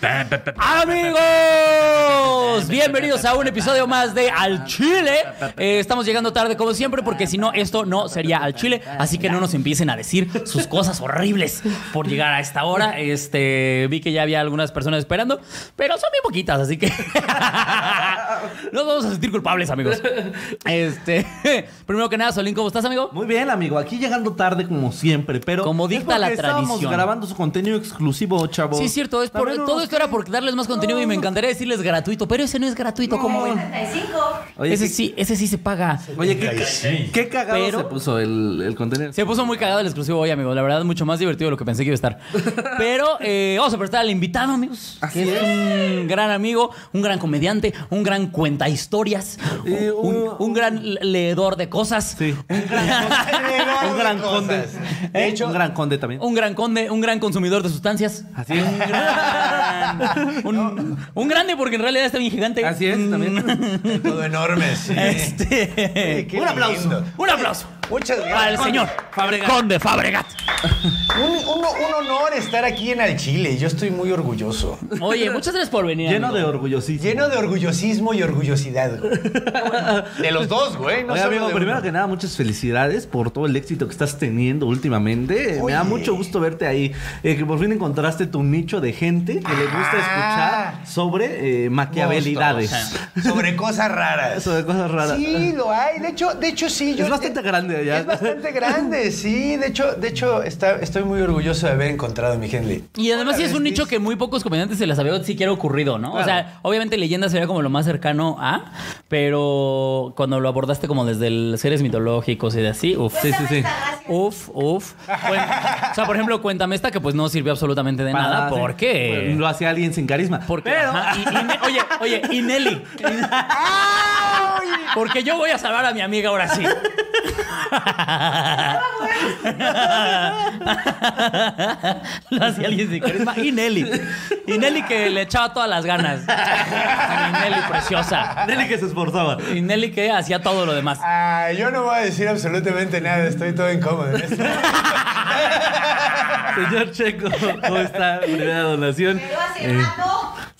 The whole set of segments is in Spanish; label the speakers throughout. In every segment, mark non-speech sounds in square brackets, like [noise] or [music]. Speaker 1: [laughs]
Speaker 2: Amigos, bienvenidos a un episodio más de Al Chile. Eh, estamos llegando tarde como siempre porque si no esto no sería Al Chile, así que no nos empiecen a decir sus cosas horribles por llegar a esta hora. Este, vi que ya había algunas personas esperando, pero son bien poquitas, así que [laughs] nos vamos a sentir culpables, amigos. Este, [laughs] primero que nada, Solín, ¿cómo estás, amigo?
Speaker 1: Muy bien, amigo. Aquí llegando tarde como siempre, pero
Speaker 2: Como
Speaker 1: es
Speaker 2: dicta la
Speaker 1: porque Estábamos
Speaker 2: tradición.
Speaker 1: grabando su contenido exclusivo, chavos.
Speaker 2: Sí, es cierto, es por,
Speaker 1: También
Speaker 2: todo
Speaker 1: unos-
Speaker 2: esto era por darles más contenido y me encantaría decirles gratuito, pero ese no es gratuito, ¿cómo ven?
Speaker 1: Oye,
Speaker 2: ese
Speaker 1: qué-
Speaker 2: sí, ese sí se paga.
Speaker 1: Oye, qué, qué cagado
Speaker 2: Pero-
Speaker 1: se puso el, el contenido.
Speaker 2: Se puso muy cagado el exclusivo hoy, amigo. La verdad, mucho más divertido de lo que pensé que iba a estar. Pero eh, vamos a presentar al invitado, amigos.
Speaker 1: Así
Speaker 2: que es, un gran amigo, un gran comediante, un gran cuenta historias,
Speaker 1: Y
Speaker 2: un,
Speaker 1: un-
Speaker 2: un gran leedor de cosas,
Speaker 1: Sí.
Speaker 2: un, gran,
Speaker 1: Un gran conde. De hecho, un gran conde también.
Speaker 2: un gran conde, un gran consumidor de sustancias.
Speaker 1: Así es.
Speaker 2: Gran- un, un grande porque en realidad está bien gigante. Mm,
Speaker 1: Así
Speaker 2: [laughs]
Speaker 1: es, también.
Speaker 3: Todo enorme, sí.
Speaker 2: Este,
Speaker 3: Qué lindo.
Speaker 2: [laughs] un aplauso
Speaker 3: Muchas gracias.
Speaker 2: para el señor Conde Fabregat.
Speaker 3: Un, un- un honor estar aquí en Al Chile. Yo estoy muy orgulloso.
Speaker 2: Oye, muchas gracias por venir.
Speaker 1: [laughs] Lleno
Speaker 2: amigo.
Speaker 1: de orgullosismo.
Speaker 3: Lleno de orgullosismo y orgullosidad. güey. De los dos, güey. No
Speaker 1: Oye,
Speaker 3: solo
Speaker 1: amigo,
Speaker 3: de
Speaker 1: primero
Speaker 3: uno.
Speaker 1: que nada, muchas felicidades por todo el éxito que estás teniendo últimamente. Me da
Speaker 3: Oye.
Speaker 1: mucho gusto verte ahí. Eh, que por fin encontraste tu nicho de gente que le gusta
Speaker 3: Ah.
Speaker 1: escuchar sobre eh, maquiavelidades.
Speaker 3: Monstruos. Sobre cosas raras.
Speaker 1: Sobre cosas raras.
Speaker 3: Sí, lo hay. De hecho, de hecho sí.
Speaker 1: [laughs]
Speaker 3: Yo, eh,
Speaker 1: Es bastante grande ya.
Speaker 3: Es bastante grande, sí. De hecho, de hecho está, estoy muy orgulloso de haber encontrado a mi Henley.
Speaker 2: Y además sí es un
Speaker 3: ¿Vestís?
Speaker 2: nicho que muy pocos comediantes se les había siquiera ocurrido, ¿no? O sea, obviamente leyenda sería como lo más cercano a, pero cuando lo abordaste como desde el seres mitológicos y de así, uff.
Speaker 1: Sí, sí, sí.
Speaker 2: Uf, uf. Cuen- o sea, por ejemplo, cuéntame esta que pues no sirvió absolutamente de nada.
Speaker 1: [laughs] Para-
Speaker 2: ¿Por
Speaker 1: sí.
Speaker 2: qué?
Speaker 1: Lo hacía alguien sin carisma.
Speaker 2: Porque,
Speaker 1: Pero-
Speaker 2: ajá, y- y Ne- oye, oye, y Nelly. Porque yo voy a salvar a mi amiga ahora sí. Lo hacía alguien sin carisma. Y Nelly. Y Nelly que le echaba todas las ganas. A mi Nelly preciosa.
Speaker 1: [laughs] Dele que se esforzaba.
Speaker 2: Y Nelly que hacía todo lo demás.
Speaker 3: Ah, yo no voy a decir absolutamente nada. Estoy todo incómodo. en esto.
Speaker 1: Señor Checo, ¿cómo está? Primera donación. Eh,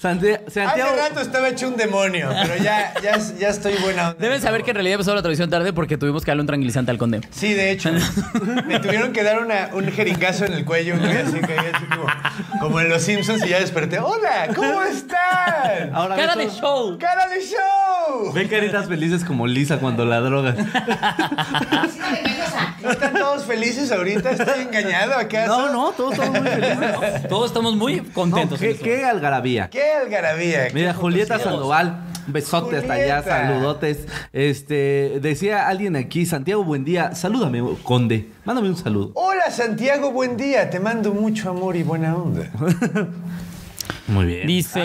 Speaker 1: Sante- Santiago.
Speaker 3: Hace rato estaba hecho un demonio, pero ya, ya, ya estoy buena onda.
Speaker 2: Deben saber que en realidad empezó la tradición tarde porque tuvimos que darle un tranquilizante al conde.
Speaker 3: Sí, de hecho. Me tuvieron que dar una- un jeringazo en el cuello, güey, así que así como, como en los Simpsons y ya desperté. ¡Hola! ¿Cómo están?
Speaker 1: Ahora
Speaker 2: Cara
Speaker 1: ve
Speaker 2: de
Speaker 1: todo-
Speaker 2: show.
Speaker 3: ¡Cara de show!
Speaker 1: Ve caritas felices como Lisa cuando la droga.
Speaker 3: ¿No están todos felices ahorita? ¿Estoy engañado acaso?
Speaker 1: No, no, todos estamos
Speaker 2: [laughs]
Speaker 1: muy felices.
Speaker 2: Todos estamos muy
Speaker 1: No,
Speaker 2: contentos. en
Speaker 1: ¿qué,
Speaker 2: este
Speaker 1: qué algarabía.
Speaker 3: ¡Qué algarabía!
Speaker 1: Mira, Julieta
Speaker 2: juntos.
Speaker 1: Sandoval, besote hasta allá,
Speaker 3: Julieta.
Speaker 1: saludotes. Este, decía alguien aquí, Santiago, buen día. Salúdame, conde. Mándame un saludo.
Speaker 3: Hola Santiago, buen día. Te mando mucho amor y buena onda.
Speaker 1: Muy bien.
Speaker 2: Dice.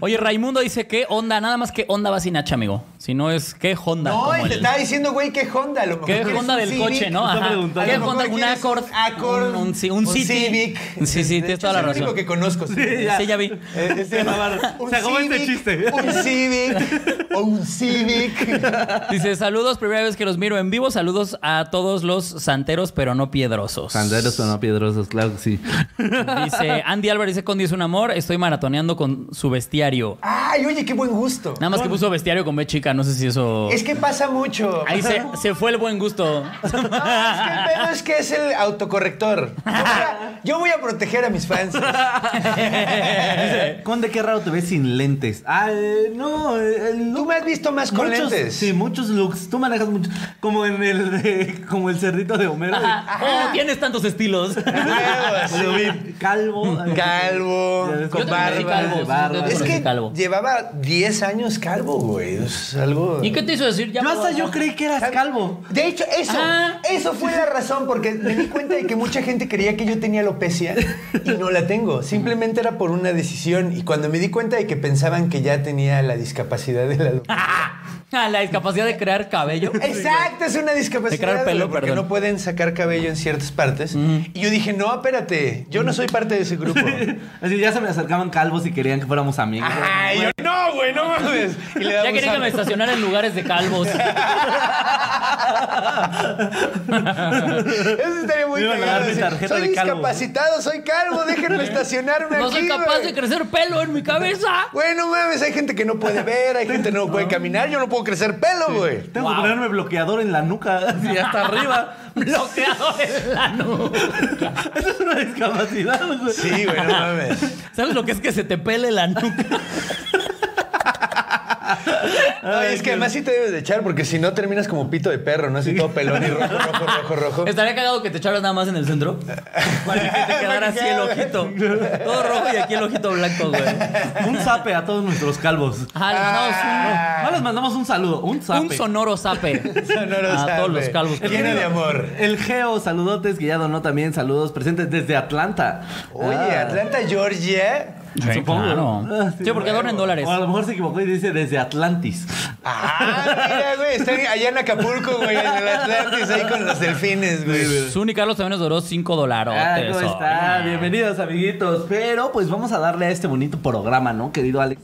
Speaker 2: Oye, Raimundo dice que onda, nada más que onda va sin H, amigo. Si no es que Honda.
Speaker 3: No,
Speaker 2: como
Speaker 3: y te
Speaker 2: el-
Speaker 3: estaba diciendo, güey, qué Honda. A lo mejor
Speaker 2: ¿Qué
Speaker 3: quieres
Speaker 2: Honda
Speaker 3: un
Speaker 2: del
Speaker 3: Civic.
Speaker 2: coche, no?
Speaker 1: Está
Speaker 2: Ajá.
Speaker 1: preguntando.
Speaker 2: ¿Qué
Speaker 3: A lo
Speaker 2: Honda?
Speaker 3: mejor
Speaker 2: Un
Speaker 3: quieres
Speaker 2: Accord.
Speaker 3: Accord,
Speaker 2: Un, un, ci- un City.
Speaker 3: Civic.
Speaker 2: Un Sí, sí,
Speaker 3: De
Speaker 2: tienes
Speaker 3: hecho,
Speaker 2: toda la
Speaker 3: Es el único
Speaker 2: razón.
Speaker 3: que conozco.
Speaker 1: Sí,
Speaker 2: Sí, ya vi.
Speaker 3: Eh, este,
Speaker 1: bárbaro.
Speaker 3: un
Speaker 1: Se acabó este
Speaker 3: Civic,
Speaker 1: chiste.
Speaker 3: Un [laughs] Civic. O un Civic.
Speaker 2: Dice, saludos, primera vez que los miro en vivo. Saludos a todos los santeros, pero no piedrosos.
Speaker 1: Sanderos o no piedrosos, claro que sí.
Speaker 2: Dice, Andy Álvarez dice, Condi es un amor. Estoy maratoneando con su bestiario.
Speaker 3: Ay, oye, qué buen gusto.
Speaker 2: Nada más que puso bestiario con B chica. No sé si eso...
Speaker 3: Es que
Speaker 2: [laughs]
Speaker 3: pasa mucho.
Speaker 2: Ahí se, se fue el buen gusto.
Speaker 3: No, es que el pedo es que es el autocorrector. Yo voy a, yo voy a proteger a mis fans.
Speaker 1: Conde, qué raro te ves sin lentes. Ah, eh, no, eh, el
Speaker 3: Tú
Speaker 1: look-
Speaker 3: me has visto más con
Speaker 1: muchos,
Speaker 3: lentes.
Speaker 1: Sí, muchos looks. Tú manejas mucho. Como en el de- como el cerdito de Homero.
Speaker 2: Oh, tienes tantos estilos. [laughs]
Speaker 3: Huevo,
Speaker 1: [laughs] Lo
Speaker 3: sí.
Speaker 1: vi calvo.
Speaker 3: Calvo,
Speaker 1: Ya ves,
Speaker 3: con
Speaker 1: yo también
Speaker 3: barba.
Speaker 1: soy
Speaker 2: Calvo,
Speaker 1: barba.
Speaker 2: yo también
Speaker 3: Es
Speaker 2: soy
Speaker 3: que
Speaker 2: calvo.
Speaker 3: llevaba 10 años calvo, güey. Es algo.
Speaker 2: ¿Y qué te hizo decir? Ya
Speaker 1: Yo
Speaker 2: me
Speaker 1: hasta
Speaker 2: voy a-
Speaker 1: yo creí que eras calvo. [laughs]
Speaker 3: De hecho, eso,
Speaker 2: Ah.
Speaker 3: eso fue la razón, porque me di cuenta de que mucha gente creía que yo tenía alopecia y no la tengo. Simplemente era por una decisión. Y cuando me di cuenta de que pensaban que ya tenía la discapacidad de la alopecia,
Speaker 2: Ah, la discapacidad de crear cabello.
Speaker 3: Exacto, es una
Speaker 2: De
Speaker 3: discapacidad.
Speaker 2: crear pelo,
Speaker 3: güey, porque
Speaker 2: perdón.
Speaker 3: no pueden sacar cabello en ciertas partes. Y yo dije, no, espérate, yo no soy parte de ese grupo.
Speaker 1: Así ya se me acercaban calvos y querían que fuéramos amigos.
Speaker 3: Ay, yo, no, güey, no mames. [laughs] Y le damos
Speaker 2: Ya quería que me
Speaker 3: a-
Speaker 2: estacionara en lugares de calvos.
Speaker 3: [laughs] Eso estaría muy
Speaker 1: Me iban a
Speaker 3: cagado,
Speaker 1: dar mi
Speaker 3: decir,
Speaker 1: tarjeta
Speaker 3: soy
Speaker 1: de calvo,
Speaker 3: discapacitado, soy calvo,
Speaker 2: [laughs]
Speaker 3: déjenme estacionarme
Speaker 2: No
Speaker 3: aquí.
Speaker 2: soy capaz
Speaker 3: güey.
Speaker 2: de crecer pelo en mi cabeza.
Speaker 3: Güey, no mames, hay gente que no puede ver, hay gente que no puede caminar, yo no puedo crecer pelo, güey.
Speaker 1: Tengo
Speaker 2: Wow.
Speaker 1: que ponerme bloqueador en la nuca, [laughs] así hasta arriba.
Speaker 2: [laughs] Bloqueado en la nuca.
Speaker 1: Eso es una discapacidad, güey.
Speaker 3: Sí, [laughs] güey, no mames.
Speaker 2: ¿Sabes lo que es que se te pele la nuca?
Speaker 3: No, y es que además sí te debes de echar, porque si no terminas como pito de perro, ¿no? Así todo pelón y rojo, rojo,
Speaker 2: [laughs]
Speaker 3: rojo, rojo.
Speaker 2: Estaría cagado que te echaras nada más en el centro. Para que te quedara así el ojito. Todo rojo y aquí el ojito blanco, güey.
Speaker 1: Un zape a todos nuestros calvos.
Speaker 2: Ah,
Speaker 1: No les mandamos un saludo, un
Speaker 2: no, es
Speaker 1: zape.
Speaker 2: un, un sonoro zape. [laughs]
Speaker 3: Sonoro
Speaker 2: a
Speaker 3: zape.
Speaker 2: Ah, todos los calvos. que-
Speaker 3: Lleno de amor.
Speaker 1: El Geo, saludotes, que ya donó también saludos presentes desde Atlanta.
Speaker 3: Oye,
Speaker 1: Ah.
Speaker 3: Atlanta, Georgia.
Speaker 2: Sí,
Speaker 1: Supongo.
Speaker 2: claro.
Speaker 1: Ah,
Speaker 2: Sí, porque adoran en dólares.
Speaker 1: O a lo mejor se equivocó y dice desde Atlantis.
Speaker 3: Ah, mira, güey, están allá en Acapulco, güey, en el Atlantis, ahí con los delfines, güey.
Speaker 2: Zuni Carlos también nos doró 5 dólares.
Speaker 1: Ah, ¿cómo está? Bienvenidos, amiguitos. Pero pues vamos a darle a este bonito programa, ¿no, querido Alex?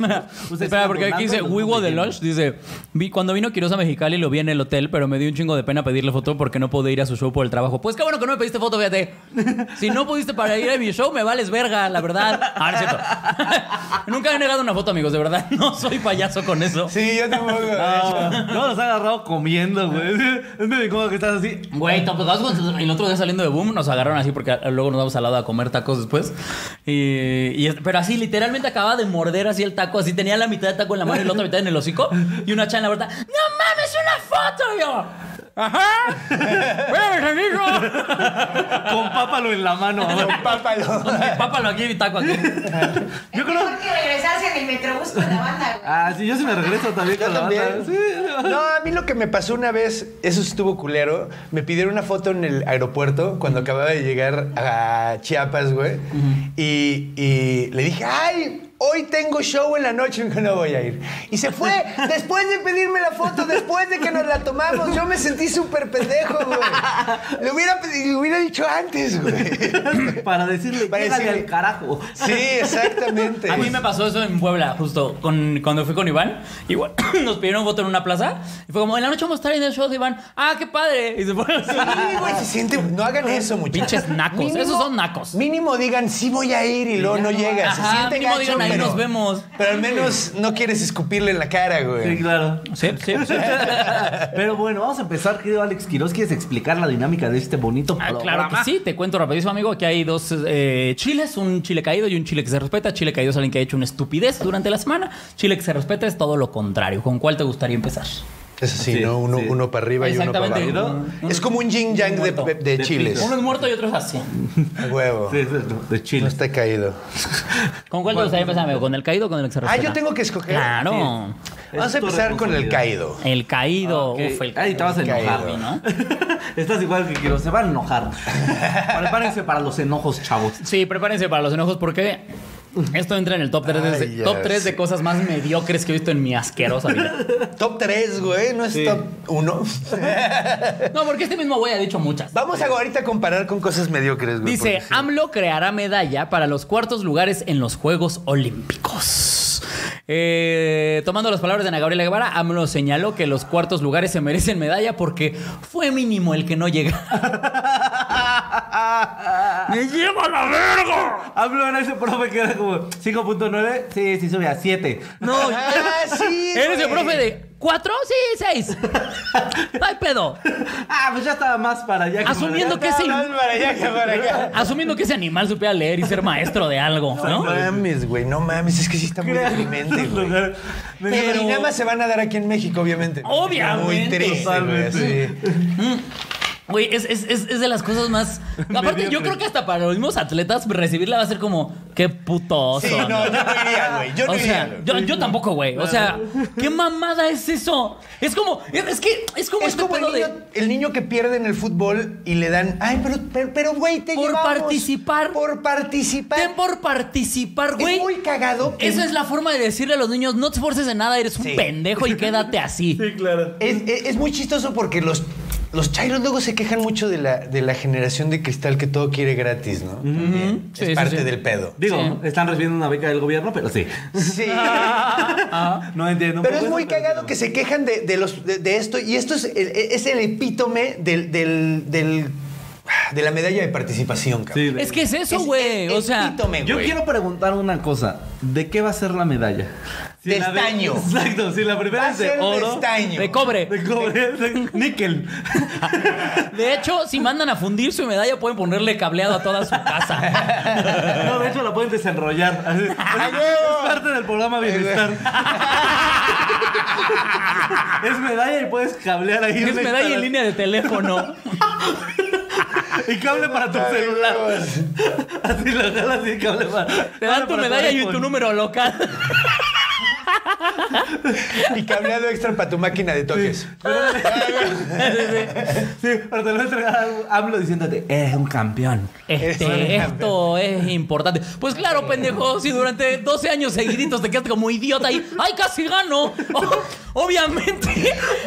Speaker 2: [laughs]
Speaker 1: Ustedes
Speaker 2: Espera,
Speaker 1: sigan
Speaker 2: porque aquí
Speaker 1: donando,
Speaker 2: dice
Speaker 1: nos
Speaker 2: Wiwo
Speaker 1: vamos
Speaker 2: de
Speaker 1: leyendo.
Speaker 2: Lunch. Dice: vi, Cuando vino Quiroz a Mexicali lo vi en el hotel, pero me dio un chingo de pena pedirle foto porque no pude ir a su show por el trabajo. Pues qué bueno que no me pediste foto,
Speaker 1: [laughs]
Speaker 2: fíjate. Si no pudiste para ir a mi show, me vales verga, la verdad. Ah, no es cierto. [laughs] Nunca he negado una foto, amigos, de verdad. [laughs] No soy payaso con eso.
Speaker 3: Sí, yo tampoco. güey.
Speaker 1: Ah, no, los ha agarrado comiendo, güey. [laughs] Es medio como que estás así.
Speaker 2: Güey, Top Gun, cuando el otro día saliendo de Boom, nos agarraron así porque luego nos vamos al lado a comer tacos después. Y, y es- pero así, literalmente acababa de morder así el taco, así tenía la mitad del taco en la mano y la otra mitad en el hocico. Y una chava en la puerta, ¡No mames, una foto! Y yo, ¡Ajá! ¡Ven, amigo!
Speaker 1: Con pápalo en la mano.
Speaker 3: Con pápalo.
Speaker 2: Pápalo aquí, mi taco aquí.
Speaker 1: Yo
Speaker 4: Yo
Speaker 1: creo-
Speaker 4: creo que regresarse en el metrobús con la banda, güey.
Speaker 1: Ah, sí, yo sí me regreso también
Speaker 3: Yo
Speaker 1: con la banda.
Speaker 3: también.
Speaker 1: Sí, no.
Speaker 3: No, a mí lo que me pasó una vez, eso sí estuvo culero. Me pidieron una foto en el aeropuerto cuando acababa de llegar a Chiapas, güey. y, y le dije, ¡ay! Hoy tengo show en la noche, [laughs] me dijo, no voy a ir. Y se fue [laughs] después de pedirme la foto, después de que nos la tomamos. Yo me sentí súper pendejo, güey. Le hubiera, pedi- le hubiera dicho antes, güey.
Speaker 1: Para decirle,
Speaker 3: Para
Speaker 1: llégale
Speaker 3: decirle-
Speaker 1: al carajo.
Speaker 3: Sí, exactamente.
Speaker 2: A mí me pasó eso en Puebla, justo con, cuando fui con Iván. Igual [clears throat] nos pidieron voto en una plaza. Y fue como, en la noche vamos a estar en el show de Iván. ¡Ah, qué padre! Y se fueron así.
Speaker 3: Sí, güey, se siente- No hagan eso, muchachos.
Speaker 2: Pinches nacos, esos son nacos.
Speaker 3: Mínimo digan, sí voy a ir y luego no llegas. Se
Speaker 2: Ajá,
Speaker 3: siente
Speaker 2: mínimo
Speaker 3: gacho,
Speaker 2: digan, ahí
Speaker 3: pero-
Speaker 2: nos vemos.
Speaker 3: Pero al menos no quieres escupirle en la cara,
Speaker 1: Sí,
Speaker 3: güey.
Speaker 1: claro.
Speaker 2: Sí, sí, [laughs] sí.
Speaker 1: Pero bueno, vamos a empezar, querido Alex Quiroz. ¿Quieres explicar la dinámica de este bonito
Speaker 2: Ah, claro
Speaker 1: programa?
Speaker 2: que sí, te cuento rapidísimo, amigo, que hay dos eh, chiles, un chile caído y un chile que se respeta. Chile caído es alguien que ha hecho una estupidez durante la semana. Chile que se respeta es todo lo contrario. ¿Con cuál te gustaría empezar?
Speaker 3: Es así,
Speaker 1: Sí,
Speaker 3: ¿no? Uno,
Speaker 1: sí.
Speaker 3: uno para arriba y uno para abajo.
Speaker 2: Exactamente. Uno-
Speaker 3: Es como un yin yang de,
Speaker 2: muerto.
Speaker 3: de- de
Speaker 1: De
Speaker 3: chiles.
Speaker 1: pito.
Speaker 2: Uno es muerto y otro es así.
Speaker 3: A Huevo.
Speaker 1: Sí, sí, no, de
Speaker 3: No
Speaker 1: Chile.
Speaker 3: está caído.
Speaker 2: ¿Con cuál te gustaría empezar, amigo? ¿Con el caído o con el que se
Speaker 3: Ah,
Speaker 2: respeta?
Speaker 3: yo tengo que escoger.
Speaker 2: Claro.
Speaker 3: Vamos
Speaker 1: Es
Speaker 3: a
Speaker 1: tu
Speaker 3: empezar con el
Speaker 1: responsabilidad.
Speaker 3: caído.
Speaker 2: El caído.
Speaker 1: Ok.
Speaker 2: Uf, el
Speaker 1: Ahí te vas a enojar,
Speaker 3: Caído.
Speaker 1: ¿no? [laughs] Estás igual que Quiroz. Se van a
Speaker 2: [laughs]
Speaker 1: enojar. Prepárense para los enojos, chavos. [laughs]
Speaker 2: Sí, prepárense para los enojos porque esto entra en el top 3, de,
Speaker 3: Ay, ya
Speaker 2: top tres de
Speaker 3: sé.
Speaker 2: cosas más mediocres que he visto en mi asquerosa vida.
Speaker 3: Top 3, güey, no es
Speaker 1: Sí.
Speaker 3: top 1.
Speaker 2: No, porque este mismo güey ha dicho muchas.
Speaker 3: Vamos a ahorita a comparar con cosas mediocres, güey.
Speaker 2: Dice, ah,
Speaker 3: porque sí.
Speaker 2: AMLO creará medalla para los cuartos lugares en los Juegos Olímpicos. Eh, tomando las palabras de Ana Gabriela Guevara, AMLO señaló que los cuartos lugares se merecen medalla porque fue mínimo el que no llega. [laughs] ¡Me lleva la verga!
Speaker 1: Hablo en ese profe que era como 5.9. Sí, sí, sube a 7.
Speaker 2: [laughs] No,
Speaker 3: Ah, sí.
Speaker 2: [laughs] eres el
Speaker 3: güey.
Speaker 2: profe de cuatro, sí, seis. [laughs] No hay pedo.
Speaker 1: [laughs] Ah, pues ya estaba más para allá. que para
Speaker 2: Asumiendo
Speaker 1: acá.
Speaker 2: que ese,
Speaker 3: Más para allá que para acá.
Speaker 2: asumiendo que ese animal supiera leer y ser maestro de algo,
Speaker 3: No
Speaker 2: ¿no?
Speaker 3: mames, güey, no mames, es que sí está muy deprimente,
Speaker 1: Los
Speaker 3: güey.
Speaker 1: lugares- Me-
Speaker 3: Pero...
Speaker 2: Pero-
Speaker 3: Y nada más se van a dar aquí en México, obviamente.
Speaker 2: Obviamente.
Speaker 3: Muy triste, güey,
Speaker 1: Totalmente.
Speaker 3: sí.
Speaker 2: Güey, es, es- es- es de las cosas más. Aparte, yo
Speaker 1: Mediocre.
Speaker 2: creo que hasta para los mismos atletas recibirla va a ser como, qué putoso.
Speaker 3: Sí, no, yo no iría, güey. Yo no
Speaker 2: o sea,
Speaker 3: iría. güey.
Speaker 2: yo, yo tampoco, güey. O sea, [laughs] ¿qué mamada es eso? Es como, es, es que, es como
Speaker 3: Es
Speaker 2: este
Speaker 3: como el
Speaker 2: pedo de-
Speaker 3: niño, el niño que pierde en el fútbol y le dan, ay, pero, pero, pero, güey, te
Speaker 2: Por
Speaker 3: llevamos".
Speaker 2: participar.
Speaker 3: Por participar.
Speaker 2: Ten por participar, güey.
Speaker 3: Es muy cagado. que-
Speaker 2: Esa es la forma de decirle a los niños, no te esforces en nada, eres un
Speaker 3: Sí.
Speaker 2: pendejo y quédate así.
Speaker 3: Es, es- es muy chistoso porque los, los chairos luego se quejan mucho de la, de la generación de cristal que todo quiere gratis, ¿no? También.
Speaker 2: Sí,
Speaker 3: es
Speaker 2: sí,
Speaker 3: parte
Speaker 2: sí.
Speaker 3: del pedo.
Speaker 1: Digo,
Speaker 2: Sí.
Speaker 1: están recibiendo una beca del gobierno, pero sí.
Speaker 2: [laughs]
Speaker 3: Sí.
Speaker 1: [laughs] No entiendo. un
Speaker 3: Pero
Speaker 1: poco
Speaker 3: es
Speaker 1: eso,
Speaker 3: muy cagado que se quejan de, de los, de, de esto y esto es el, es el epítome del, del, del- de la medalla de participación, cabrón.
Speaker 1: Sí,
Speaker 2: Es que es eso, güey.
Speaker 3: el
Speaker 2: O sea,
Speaker 3: epítome,
Speaker 1: Yo
Speaker 3: güey.
Speaker 1: quiero preguntar una cosa. ¿De qué va a ser la medalla?
Speaker 3: De
Speaker 1: la ve-
Speaker 3: estaño.
Speaker 1: [laughs] Exacto, si la primera
Speaker 3: Va a
Speaker 1: es de
Speaker 3: ser de
Speaker 1: oro.
Speaker 3: estaño.
Speaker 2: de cobre.
Speaker 1: De cobre, de níquel.
Speaker 2: De hecho, si mandan a fundir su medalla, pueden ponerle cableado a toda su
Speaker 3: [laughs]
Speaker 2: casa.
Speaker 1: No, de hecho la pueden desenrollar. Así. Es parte del
Speaker 3: Eh,
Speaker 1: programa
Speaker 3: [laughs]
Speaker 1: Bienestar. es medalla y puedes cablear ahí.
Speaker 2: Es medalla
Speaker 1: una
Speaker 2: en
Speaker 1: instalación.
Speaker 2: línea de teléfono.
Speaker 1: Y cable para tu
Speaker 3: Ay,
Speaker 1: celular.
Speaker 3: huevos.
Speaker 1: [laughs] Así lo jalas y cable para.
Speaker 2: Te dan tu medalla y tu número local.
Speaker 3: Y cableado extra para tu máquina de toques.
Speaker 1: Sí, pero te lo voy a entregar a AMLO diciéndote, eres un campeón.
Speaker 2: Este, esto es importante. Pues claro, pendejo, si durante 12 años seguiditos te quedaste como idiota y ¡ay, casi gano! O- obviamente, [laughs]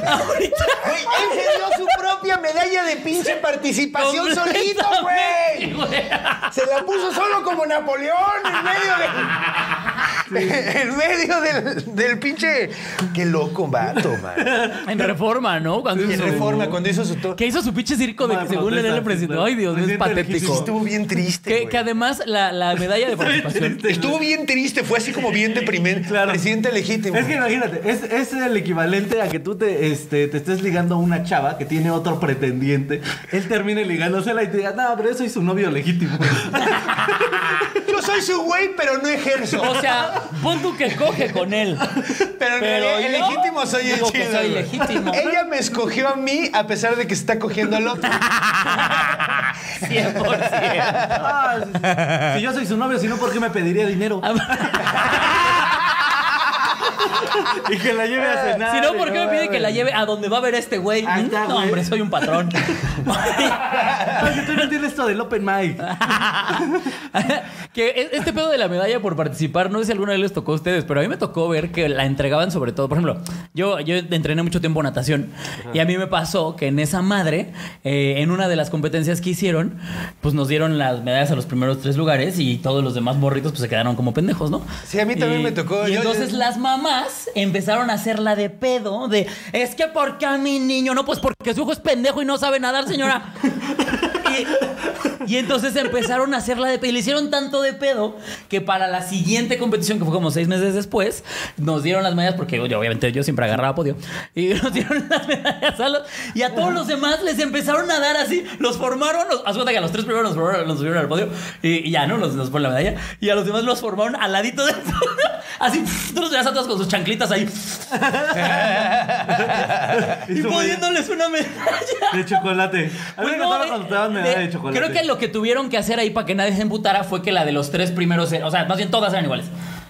Speaker 2: ahorita.
Speaker 3: Güey, él se dio su propia medalla de pinche participación solito,
Speaker 2: completamente,
Speaker 3: güey. Se la puso solo como Napoleón en medio de. En medio del, del pinche. Qué loco vato, man.
Speaker 2: En reforma, ¿no? Cuando
Speaker 3: En
Speaker 2: hizo-
Speaker 3: reforma, cuando hizo su to-
Speaker 2: Que hizo su pinche circo de que
Speaker 1: Madre,
Speaker 2: según él era el
Speaker 1: protesta,
Speaker 2: presidente.
Speaker 1: ¿no?
Speaker 2: Ay, Dios mío, es
Speaker 1: Presidente del
Speaker 3: Sí,
Speaker 2: patético.
Speaker 3: estuvo bien triste.
Speaker 2: Que,
Speaker 3: güey.
Speaker 2: que además la, la medalla
Speaker 1: [laughs]
Speaker 2: de participación.
Speaker 3: Estuvo bien triste, fue así como bien deprimente.
Speaker 1: Claro.
Speaker 3: Presidente legítimo.
Speaker 1: Es que imagínate, es, es el equivalente a que tú te, este, te estés ligando a una chava que tiene otro pretendiente. Él termine ligándosela y te diga, no, pero yo soy su novio legítimo. [laughs]
Speaker 3: Yo soy su güey, pero no ejerzo.
Speaker 2: O sea, pon tú que coge con él. [laughs]
Speaker 3: Pero, en realidad, el
Speaker 2: yo
Speaker 3: legítimo soy el
Speaker 2: digo que
Speaker 3: chido,
Speaker 2: soy
Speaker 3: güey.
Speaker 2: legítimo.
Speaker 3: Ella me escogió a mí a pesar de que está cogiendo al otro.
Speaker 2: 100%.
Speaker 1: [laughs] Ah, si- si yo soy su novio, si no, ¿por qué me pediría dinero?
Speaker 2: Ah,
Speaker 1: y que la lleve a cenar.
Speaker 2: ah, Si no,
Speaker 1: y
Speaker 2: ¿por qué me pide que la
Speaker 1: mames.
Speaker 2: lleve a donde va a ver este güey?
Speaker 1: Ahí está,
Speaker 2: No,
Speaker 1: güey.
Speaker 2: hombre, soy un patrón.
Speaker 1: [laughs] Ay, que tú no entiendes esto del open mic.
Speaker 2: Ah, [laughs] que e- este pedo de la medalla por participar, no sé si alguna vez les tocó a ustedes, pero a mí me tocó ver que la entregaban sobre todo. Por ejemplo, yo, yo entrené mucho tiempo natación y a mí me pasó que en esa madre, eh, en una de las competencias que hicieron, pues nos dieron las medallas a los primeros tres lugares y todos los demás morritos pues se quedaron como pendejos, ¿no?
Speaker 3: Sí, a mí también
Speaker 2: Y-
Speaker 3: me tocó.
Speaker 2: Y
Speaker 3: Yo-
Speaker 2: entonces
Speaker 3: yo-
Speaker 2: las mamás empezaron a hacerla de pedo, de es que ¿por qué a mi niño? No, pues porque su hijo es pendejo y no sabe nadar, señora. Y, y entonces empezaron a hacerla de pedo. Y le hicieron tanto de pedo que para la siguiente competición, que fue como seis meses después, nos dieron las medallas, porque yo, obviamente yo siempre agarraba podio. Y [laughs] nos dieron las medallas a los- Y a todos los demás les empezaron a dar así. Los formaron, los, haz cuenta que a los tres primeros nos, formaron, nos subieron al podio. Y, y ya, ¿no? Nos, nos ponen la medalla. Y a los demás los formaron al ladito de Así, tú los veías atrás con sus chanclitas ahí. y
Speaker 1: Y su medalla-
Speaker 2: poniéndoles una medalla.
Speaker 1: De chocolate. A mí
Speaker 2: Güey,
Speaker 1: me
Speaker 2: no,
Speaker 1: encantaba
Speaker 2: eh,
Speaker 1: cuando te daban medalla
Speaker 2: de-
Speaker 1: de chocolate.
Speaker 2: Creo que lo que tuvieron que hacer ahí para que nadie se emputara fue que la de los tres primeros, er- o sea, más bien todas eran iguales.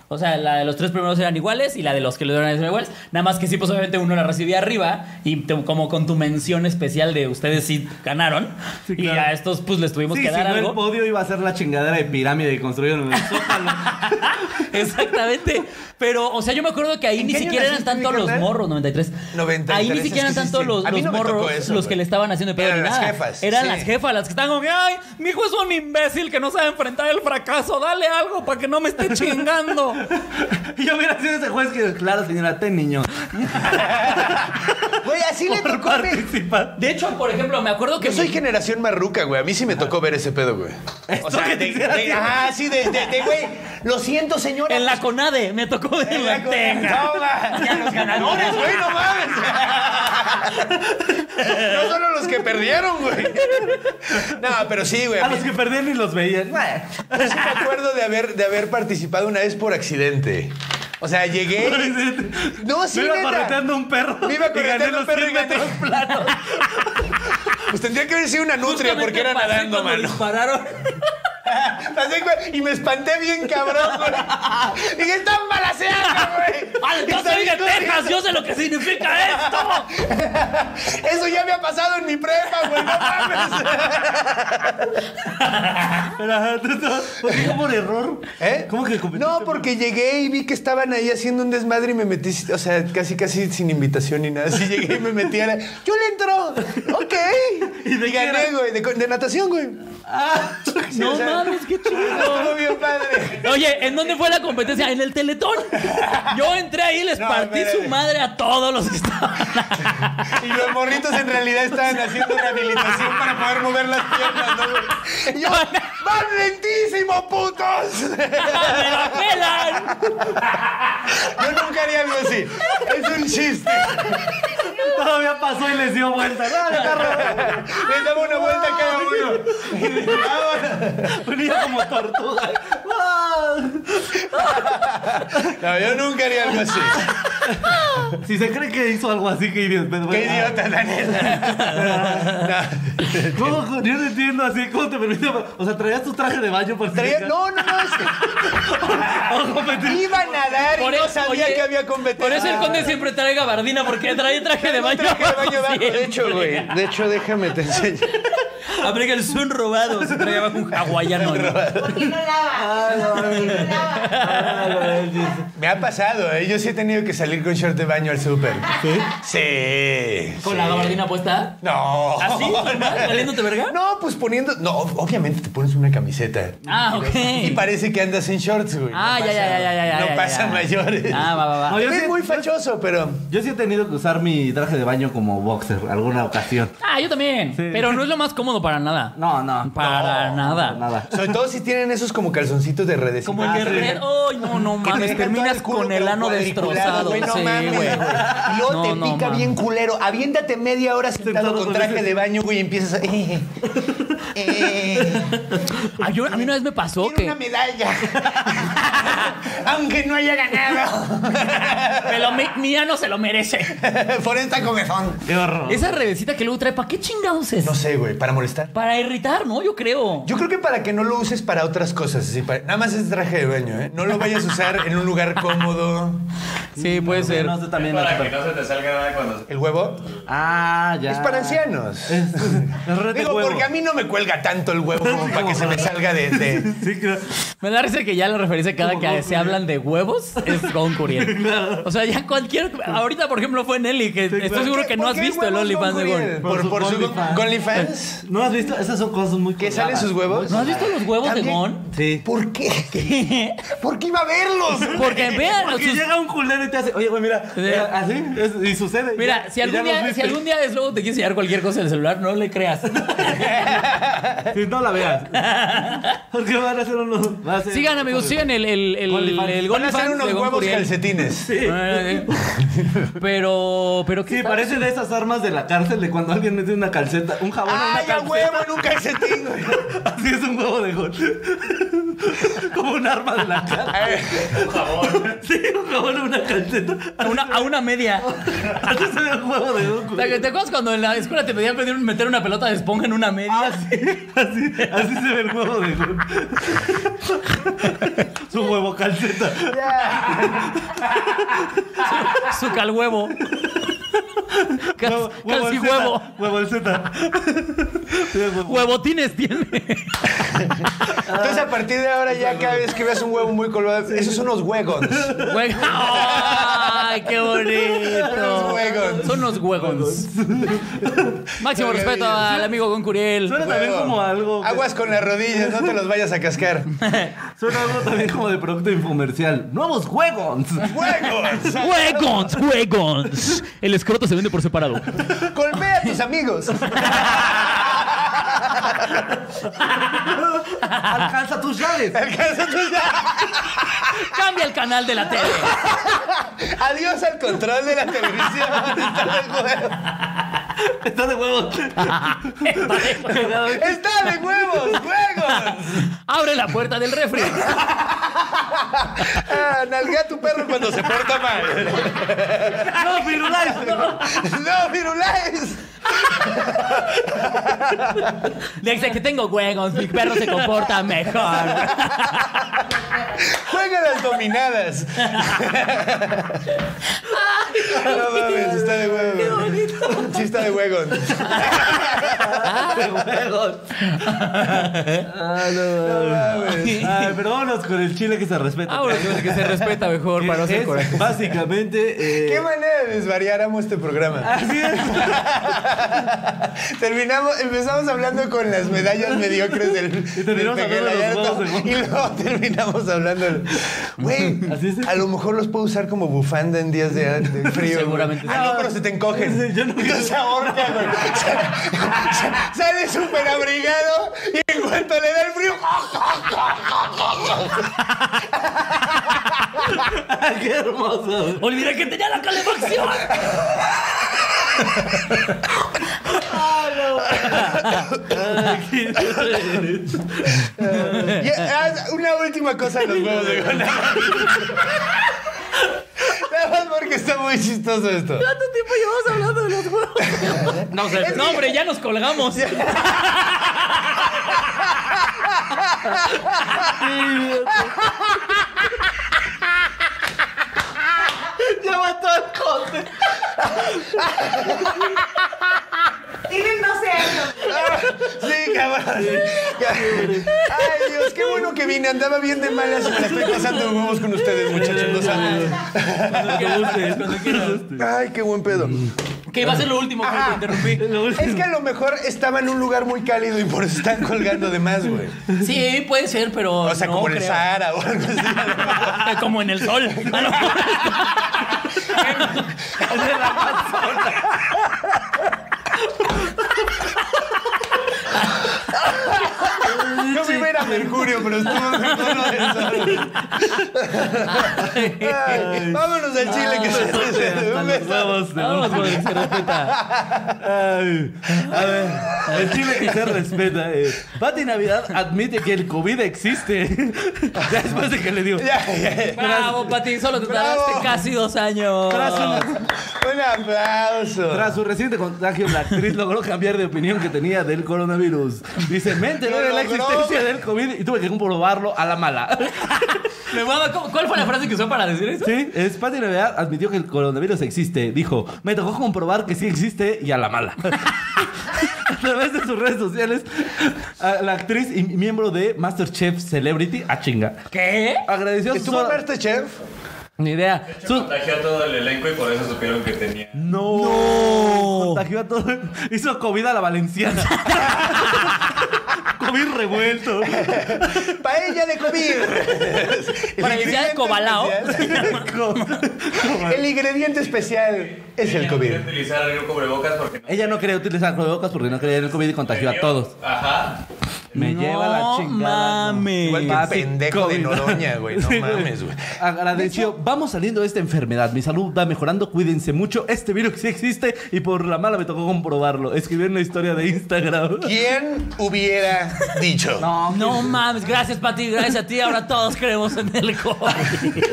Speaker 2: O sea, la de los tres primeros eran iguales y la de los que le dieron eran iguales. Nada más que sí, pues obviamente uno la recibía arriba y te- como con tu mención especial de ustedes sí ganaron.
Speaker 1: Sí,
Speaker 2: Y
Speaker 1: claro.
Speaker 2: a estos pues les tuvimos
Speaker 1: Sí,
Speaker 2: que
Speaker 1: si
Speaker 2: dar
Speaker 1: no el
Speaker 2: algo.
Speaker 1: podio iba a ser la chingadera de pirámide que construyeron en el [laughs] zócalo.
Speaker 2: [laughs] Exactamente. Pero, o sea, yo me acuerdo que ahí
Speaker 3: ¿En
Speaker 2: ni
Speaker 3: qué año
Speaker 2: siquiera eran
Speaker 3: naciste, mi
Speaker 2: tanto los
Speaker 3: carnal?
Speaker 2: morros, 93.
Speaker 3: 93,
Speaker 2: Ahí ni
Speaker 3: es
Speaker 2: siquiera
Speaker 3: que
Speaker 2: eran tanto
Speaker 3: sí,
Speaker 2: los,
Speaker 3: a mí
Speaker 2: los
Speaker 3: no me tocó
Speaker 2: morros
Speaker 3: eso,
Speaker 2: los que
Speaker 3: güey.
Speaker 2: le estaban haciendo de pedo.
Speaker 3: Eran
Speaker 2: ni
Speaker 3: las
Speaker 2: nada.
Speaker 3: jefas,
Speaker 2: Eran
Speaker 3: sí.
Speaker 2: las jefas, las que estaban como, que, ay, mi hijo es un imbécil que no sabe enfrentar el fracaso. Dale algo para que no me
Speaker 3: [laughs]
Speaker 2: esté chingando.
Speaker 1: Y yo hubiera sido ese juez que, claro, señora, ten niño.
Speaker 3: Güey, así le
Speaker 1: Por
Speaker 3: tocó a mí.
Speaker 1: participar.
Speaker 2: De hecho, por ejemplo, me acuerdo que.
Speaker 3: Yo soy
Speaker 2: mi-
Speaker 3: generación marruca, güey. A mí sí me tocó ver ese pedo, güey. O sea,
Speaker 1: que te
Speaker 3: de,
Speaker 1: hicieron
Speaker 3: de-
Speaker 1: así.
Speaker 3: ajá, sí, de, de- de, güey. Lo siento, señora.
Speaker 2: En la CONADE, me tocó de
Speaker 3: En
Speaker 2: la,
Speaker 3: la co-
Speaker 2: tenga.
Speaker 3: No, ma. Ya los ganadores, güey, no mames. [laughs] No solo los que perdieron, güey. No, pero sí, güey.
Speaker 1: A
Speaker 3: A mí
Speaker 1: los que perdían y los veían.
Speaker 3: Yo sí me acuerdo de haber, de haber participado una vez por accidente. O sea, llegué. No, sí,
Speaker 1: Me iba
Speaker 3: neta.
Speaker 1: correteando un perro.
Speaker 3: Me iba
Speaker 1: y gané
Speaker 3: correteando un
Speaker 1: los
Speaker 3: perro y
Speaker 1: 100 metros
Speaker 3: gané.
Speaker 1: planos.
Speaker 3: Pues tendría que haber sido una nutria
Speaker 2: Justamente
Speaker 3: porque era
Speaker 2: pasé
Speaker 3: nadando,
Speaker 2: cuando
Speaker 3: mano. [laughs]
Speaker 2: dispararon.
Speaker 3: Pasé, güey, y me espanté bien, cabrón, güey. Dije, están balaseando, güey.
Speaker 1: Ah,
Speaker 2: ¡Al no soy de
Speaker 3: Están
Speaker 2: Texas! ¡Yo sé lo que significa esto!
Speaker 3: Eso ya había pasado en mi prepa, güey, no mames.
Speaker 1: Pero, ajá, tú- tú- ¿Por qué por error?
Speaker 3: ¿Eh?
Speaker 1: ¿Cómo que competiste?
Speaker 3: No, porque llegué y vi que estaban ahí haciendo un desmadre y me metí, o sea, casi casi sin invitación ni nada. [laughs] Así llegué y me metí a la... ¡Yo le
Speaker 1: [laughs]
Speaker 3: entro! ¡Ok!
Speaker 1: ¿Y de
Speaker 3: Y
Speaker 1: qué era?
Speaker 3: gané, güey, de, co- de natación, güey.
Speaker 1: Ah,
Speaker 3: [laughs] Sí,
Speaker 2: ¡No
Speaker 3: o sea,
Speaker 2: mames, qué chido!
Speaker 3: [laughs] Estuvo bien padre.
Speaker 2: Oye, ¿en dónde fue la competencia? En el Teletón. Yo entré ahí y les
Speaker 3: No,
Speaker 2: partí
Speaker 3: espérate.
Speaker 2: su madre a todos los que estaban.
Speaker 3: Y los morritos en realidad estaban haciendo rehabilitación para poder mover las piernas, ¿no, güey? Y yo, ¡van lentísimo, putos! [laughs]
Speaker 2: ¡Me la pelan!
Speaker 3: Yo nunca haría algo así. Es un chiste.
Speaker 1: todavía pasó y les dio
Speaker 3: [laughs]
Speaker 1: vuelta. ¡Ah, carro!
Speaker 3: Les daba una vuelta a cada uno.
Speaker 1: Venía como tortuga. ¡Ah!
Speaker 3: No, yo nunca haría algo así.
Speaker 1: Si se cree que hizo algo así, que idiota.
Speaker 3: Qué idiota, la neta. No.
Speaker 1: Ah, ¿Cómo? co- Yo no entiendo así. ¿Cómo te permite? O sea, traías tu traje de baño para
Speaker 3: Traía- No, no, no. es
Speaker 1: [laughs]
Speaker 3: que Iba a nadar y
Speaker 2: Por
Speaker 3: no
Speaker 2: eso,
Speaker 3: sabía
Speaker 2: oye,
Speaker 3: que había competencia.
Speaker 2: Por eso el conde siempre trae gabardina, porque trae traje de
Speaker 3: Tengo un
Speaker 2: baño.
Speaker 3: traje de baño abajo, de
Speaker 2: siempre.
Speaker 3: hecho, güey. De hecho, déjame te enseño.
Speaker 2: Aplica el son robado. Se trae abajo un hawaiano. ¿no?
Speaker 4: Porque no lava. Porque no lava.
Speaker 3: Me ha pasado, ¿eh? Yo sí he tenido que salir con short de baño al súper. ¿Sí? Sí.
Speaker 2: ¿Con la gabardina puesta?
Speaker 3: No. [laughs]
Speaker 2: ¿Así? ¿Normal? ¿Valiéndote verga?
Speaker 3: No, pues poniendo. No, ob- obviamente te pones una camiseta.
Speaker 2: Ah, ok.
Speaker 3: Y parece que andas en shorts, güey.
Speaker 2: Ah,
Speaker 3: No
Speaker 2: ya, ya, ya,
Speaker 3: pasa-
Speaker 2: ya, ya, ya.
Speaker 3: No
Speaker 2: ya,
Speaker 3: pasa
Speaker 2: ya.
Speaker 3: mayores.
Speaker 2: Ah, va, va, va.
Speaker 1: No, yo
Speaker 3: es
Speaker 1: sí-
Speaker 3: muy
Speaker 1: yo-
Speaker 3: fachoso, pero.
Speaker 1: Yo sí he tenido que usar mi traje de baño como boxer alguna ocasión.
Speaker 2: Ah, yo también.
Speaker 1: Sí.
Speaker 2: Pero no es lo más cómodo para nada.
Speaker 1: No, no.
Speaker 2: Para nada.
Speaker 1: No, nada.
Speaker 3: Sobre todo si tienen esos como calzoncitos de redes.
Speaker 1: Como el de
Speaker 2: Pero- Ay,
Speaker 1: Red.
Speaker 2: no, no
Speaker 3: Ah, Que te
Speaker 2: mames.
Speaker 3: dejan todo
Speaker 2: Terminas
Speaker 3: culo
Speaker 2: con el ano
Speaker 3: cuadriculado,
Speaker 2: destrozado.
Speaker 3: güey, no
Speaker 2: sí,
Speaker 3: mames,
Speaker 2: güey.
Speaker 3: Y luego te
Speaker 2: No, no,
Speaker 3: pica
Speaker 2: mames.
Speaker 3: bien culero. Aviéntate media hora sentado
Speaker 1: Sentado
Speaker 3: con
Speaker 1: con
Speaker 3: traje
Speaker 1: ese-
Speaker 3: de baño, güey, y empiezas a. [laughs] eh, eh,
Speaker 2: Ah, yo- a mí una vez me pasó
Speaker 3: quiero
Speaker 2: que.
Speaker 3: una medalla. [laughs] Aunque no haya ganado. [laughs]
Speaker 2: Me lo, mi, mi ano se lo merece.
Speaker 3: Por esta comezón.
Speaker 1: Qué horror.
Speaker 2: Esa revesita que luego trae, ¿para qué chingados es?
Speaker 3: No sé, güey, para molestar.
Speaker 2: Para irritar, ¿no? Yo creo.
Speaker 3: Yo creo que para que no lo uses para otras cosas. así, para- nada más es traje de baño, ¿eh? No lo vayas a usar en un lugar cómodo.
Speaker 2: sí, puede ser.
Speaker 1: No, tú también. no te
Speaker 5: Para que
Speaker 1: per-
Speaker 5: no se te salga nada cuando
Speaker 3: ¿El huevo?
Speaker 1: Ah, ya.
Speaker 3: Es para [laughs] ancianos.
Speaker 1: Es, es red de
Speaker 3: Digo,
Speaker 1: huevo.
Speaker 3: porque a mí no me cuelga tanto el huevo como para que se me salga
Speaker 2: [laughs]
Speaker 3: de. de-
Speaker 1: Sí, claro.
Speaker 2: Me da risa que ya la referencia cada
Speaker 1: Como
Speaker 2: que
Speaker 1: Gon
Speaker 2: se
Speaker 1: Curiel.
Speaker 2: hablan de huevos es
Speaker 3: [laughs]
Speaker 2: Gon Curiel. O sea, ya cualquier. Ahorita, por ejemplo, fue Nelly, que estoy
Speaker 3: ¿Por
Speaker 2: seguro
Speaker 3: qué-
Speaker 2: que no
Speaker 3: por
Speaker 2: has
Speaker 3: qué
Speaker 2: visto el
Speaker 3: huevos
Speaker 2: OnlyFans de
Speaker 3: González?
Speaker 2: Gon.
Speaker 3: Por, por
Speaker 1: Por su
Speaker 3: su
Speaker 1: OnlyFans.
Speaker 3: OnlyFans.
Speaker 1: ¿No has visto? Esas son cosas muy
Speaker 3: ¿Que salen
Speaker 1: colgadas.
Speaker 3: sus huevos?
Speaker 2: ¿No has visto los huevos de
Speaker 3: También-
Speaker 2: Gon?
Speaker 1: Sí.
Speaker 3: ¿Por qué? ¿Por qué iba a verlos?
Speaker 2: Porque vean
Speaker 1: Porque
Speaker 2: sus
Speaker 1: llega un culero y te hace, oye, güey, mira,
Speaker 2: Sí.
Speaker 1: eh, así, es- y sucede.
Speaker 2: Mira,
Speaker 1: ya-
Speaker 2: si
Speaker 1: y ya
Speaker 2: algún,
Speaker 1: los
Speaker 2: día, si
Speaker 1: viste.
Speaker 2: algún día es luego te quieres enseñar cualquier cosa en el celular, no le creas.
Speaker 1: [laughs] Sí, no
Speaker 2: [laughs]
Speaker 1: la veas. Porque van a hacer unos... van a hacer-
Speaker 2: sigan, amigos, sigan el, el, el,
Speaker 1: OnlyFans.
Speaker 2: el
Speaker 3: Van a
Speaker 2: OnlyFans
Speaker 3: hacer unos
Speaker 2: de Gon
Speaker 3: huevos
Speaker 2: Curiel.
Speaker 3: calcetines.
Speaker 2: Eh, eh. Pero, pero ¿qué
Speaker 1: Sí,
Speaker 2: tal?
Speaker 1: parece de esas armas de la cárcel de cuando alguien mete una calceta, un jabón en una
Speaker 3: ¡Ay, a
Speaker 1: calceta.
Speaker 3: huevo en un calcetín! güey.
Speaker 1: [laughs] Así es un huevo de gol. [laughs] Como un arma
Speaker 3: [laughs]
Speaker 1: de la cárcel.
Speaker 3: A ver, Eh.
Speaker 1: [laughs] Sí, un jabón en una calceta.
Speaker 2: A una, a una media.
Speaker 1: Así se ve un huevo de gol.
Speaker 2: O sea, que ¿Te acuerdas cuando en la escuela te pedían pedir- meter una pelota de esponja en una media?
Speaker 1: Así, así, así se ve el huevo de gol. Su huevo calceta.
Speaker 2: Su calhuevo. Cal, calci
Speaker 1: en Z,
Speaker 2: huevo.
Speaker 1: Huevo en Z. Sí, huevo.
Speaker 2: Huevotines tiene.
Speaker 3: Entonces, a partir de ahora, ya cada vez que veas un huevo muy colorado, esos son los huevos.
Speaker 2: Hue- ¡Ay, qué
Speaker 3: Los
Speaker 2: bonito!
Speaker 3: huevos.
Speaker 2: Son los huevos. Máximo
Speaker 3: Qué
Speaker 2: respeto
Speaker 3: maravilla.
Speaker 2: al amigo Gon Curiel.
Speaker 1: Suena también como
Speaker 2: pues.
Speaker 1: algo.
Speaker 3: Aguas con las rodillas, no te los vayas a
Speaker 2: [laughs]
Speaker 3: cascar.
Speaker 1: Suena algo también como de producto infomercial. ¡Nuevos juegos!
Speaker 3: ¡Huevos!
Speaker 2: ¡Huegons! ¡Huegons! El escroto se vende por separado.
Speaker 3: Colmea a tus
Speaker 2: [laughs]
Speaker 3: amigos.
Speaker 1: ¡Alcanza tus llaves!
Speaker 3: Alcanza tus
Speaker 2: Cambia el canal de la tele.
Speaker 3: Adiós al control de la televisión. [laughs] Está de huevos.
Speaker 1: ¡Está de huevos!
Speaker 3: Está de huevos, huevos.
Speaker 2: Abre la puerta del refri.
Speaker 3: Ah, nalguea a tu perro cuando se porta mal.
Speaker 1: ¡No, Firulais!
Speaker 3: No, viruláis.
Speaker 2: Desde que tengo huevos, mi perro se comporta mejor.
Speaker 3: Juega las dominadas. no mames, está de huevo. Sí está de huevo. No mames.
Speaker 1: Ay, pero vámonos con el chile que se respeta.
Speaker 2: Ah, bueno, que se respeta mejor para no
Speaker 1: Es-
Speaker 2: hacer coraje.
Speaker 1: Básicamente. eh,
Speaker 3: Qué manera de desvariar amo este programa.
Speaker 1: Así es.
Speaker 3: Terminamos, empezamos hablando con las medallas mediocres del,
Speaker 1: Y terminamos
Speaker 3: del
Speaker 1: hablando de los
Speaker 3: Gallardo,
Speaker 1: juegos de
Speaker 3: y luego terminamos hablando del- güey,
Speaker 1: Así es.
Speaker 3: a lo mejor los puedo usar como bufanda en días de, de frío. güey.
Speaker 2: Seguramente
Speaker 3: Ah, no, pero se te encogen.
Speaker 1: Sí, yo no-
Speaker 3: [laughs] se ahorca, güey. [laughs] Sale súper abrigado y en cuanto le da el frío, ¡oh!
Speaker 1: Qué hermoso.
Speaker 2: Olvidé que tenía la calefacción.
Speaker 3: Y, ah, una última cosa de los huevos de gona. [laughs] Nada más porque está muy chistoso esto.
Speaker 2: ¿Cuánto tiempo llevamos hablando de los huevos? No, sé. no hombre, ya nos colgamos.
Speaker 1: Ya mató al conde.
Speaker 4: Tienen 12 años.
Speaker 3: Sí, cabrón. Ay, Dios, qué bueno que vine. Andaba bien de malas y me la estoy pasando de huevos con ustedes, muchachos. No saben. Ay, qué buen pedo.
Speaker 2: Que iba a ser lo último que te interrumpí.
Speaker 3: Es que a lo mejor estaba en un lugar muy cálido y por eso están colgando de más, güey.
Speaker 2: Sí, puede ser, pero.
Speaker 3: O sea,
Speaker 2: no
Speaker 3: como en el
Speaker 2: creo.
Speaker 3: Sahara o algo así.
Speaker 2: Como en el sol. Ah, no.
Speaker 3: Yo me iba a ir a Mercurio, pero estuvo mejor lo del sol. Ay, vámonos al Chile que se dice. Un
Speaker 1: Los
Speaker 3: beso.
Speaker 1: huevos de
Speaker 2: Vámonos con el se respeta.
Speaker 1: Ay, a ver, el chile que se respeta. Eh. Pati Navidad admite que el COVID existe. [laughs] ya después de que le dio.
Speaker 3: Ya, ya.
Speaker 2: Bravo, Pati. Solo te
Speaker 3: Bravo.
Speaker 2: tardaste casi dos años.
Speaker 1: Tras su,
Speaker 3: Un aplauso.
Speaker 1: tras su reciente contagio, la actriz logró cambiar de opinión que tenía del coronavirus. Dice, me enteré de la
Speaker 3: Lo logró,
Speaker 1: existencia
Speaker 3: güey.
Speaker 1: del COVID y tuve que comprobarlo a la mala.
Speaker 2: Me mama, ¿cómo- ¿Cuál fue la frase que usó para decir eso?
Speaker 1: sí, es Pati Navidad admitió que el coronavirus existe. Dijo, me tocó comprobar que sí existe y a la mala. [laughs] A través de sus redes sociales, a la actriz y miembro de Masterchef Celebrity, a chinga.
Speaker 2: ¿Qué?
Speaker 1: Agradeció sus
Speaker 3: ¿Estuvo
Speaker 1: horas-
Speaker 3: Marte Chef?
Speaker 1: Ni idea. Su-
Speaker 5: Contagió a todo el elenco y por eso supieron que tenía.
Speaker 1: No.
Speaker 2: Oh.
Speaker 1: Contagió a todo. Hizo COVID a la valenciana. [laughs] COVID revuelto.
Speaker 3: Paella de comida.
Speaker 2: Para que sea de cobalao.
Speaker 3: El ingrediente especial es el COVID.
Speaker 5: Quieren utilizar el cubrebocas porque no.
Speaker 1: Ella no quería utilizar cubrebocas porque no creía en el COVID y contagió a todos.
Speaker 5: Ajá.
Speaker 1: Me lleva la
Speaker 2: No
Speaker 1: chingada.
Speaker 2: mames.
Speaker 3: Igual que el
Speaker 1: Papi,
Speaker 3: pendejo de
Speaker 1: COVID.
Speaker 3: Noroña, güey. No
Speaker 1: Sí,
Speaker 3: mames, güey.
Speaker 1: Agradeció. Vamos saliendo de esta enfermedad. Mi salud va mejorando. Cuídense mucho. Este virus sí existe y por la mala me tocó comprobarlo. Escribí en una historia de Instagram.
Speaker 3: ¿Quién hubiera dicho?
Speaker 2: No mames, gracias Pati, gracias a ti. Ahora todos creemos en el COVID.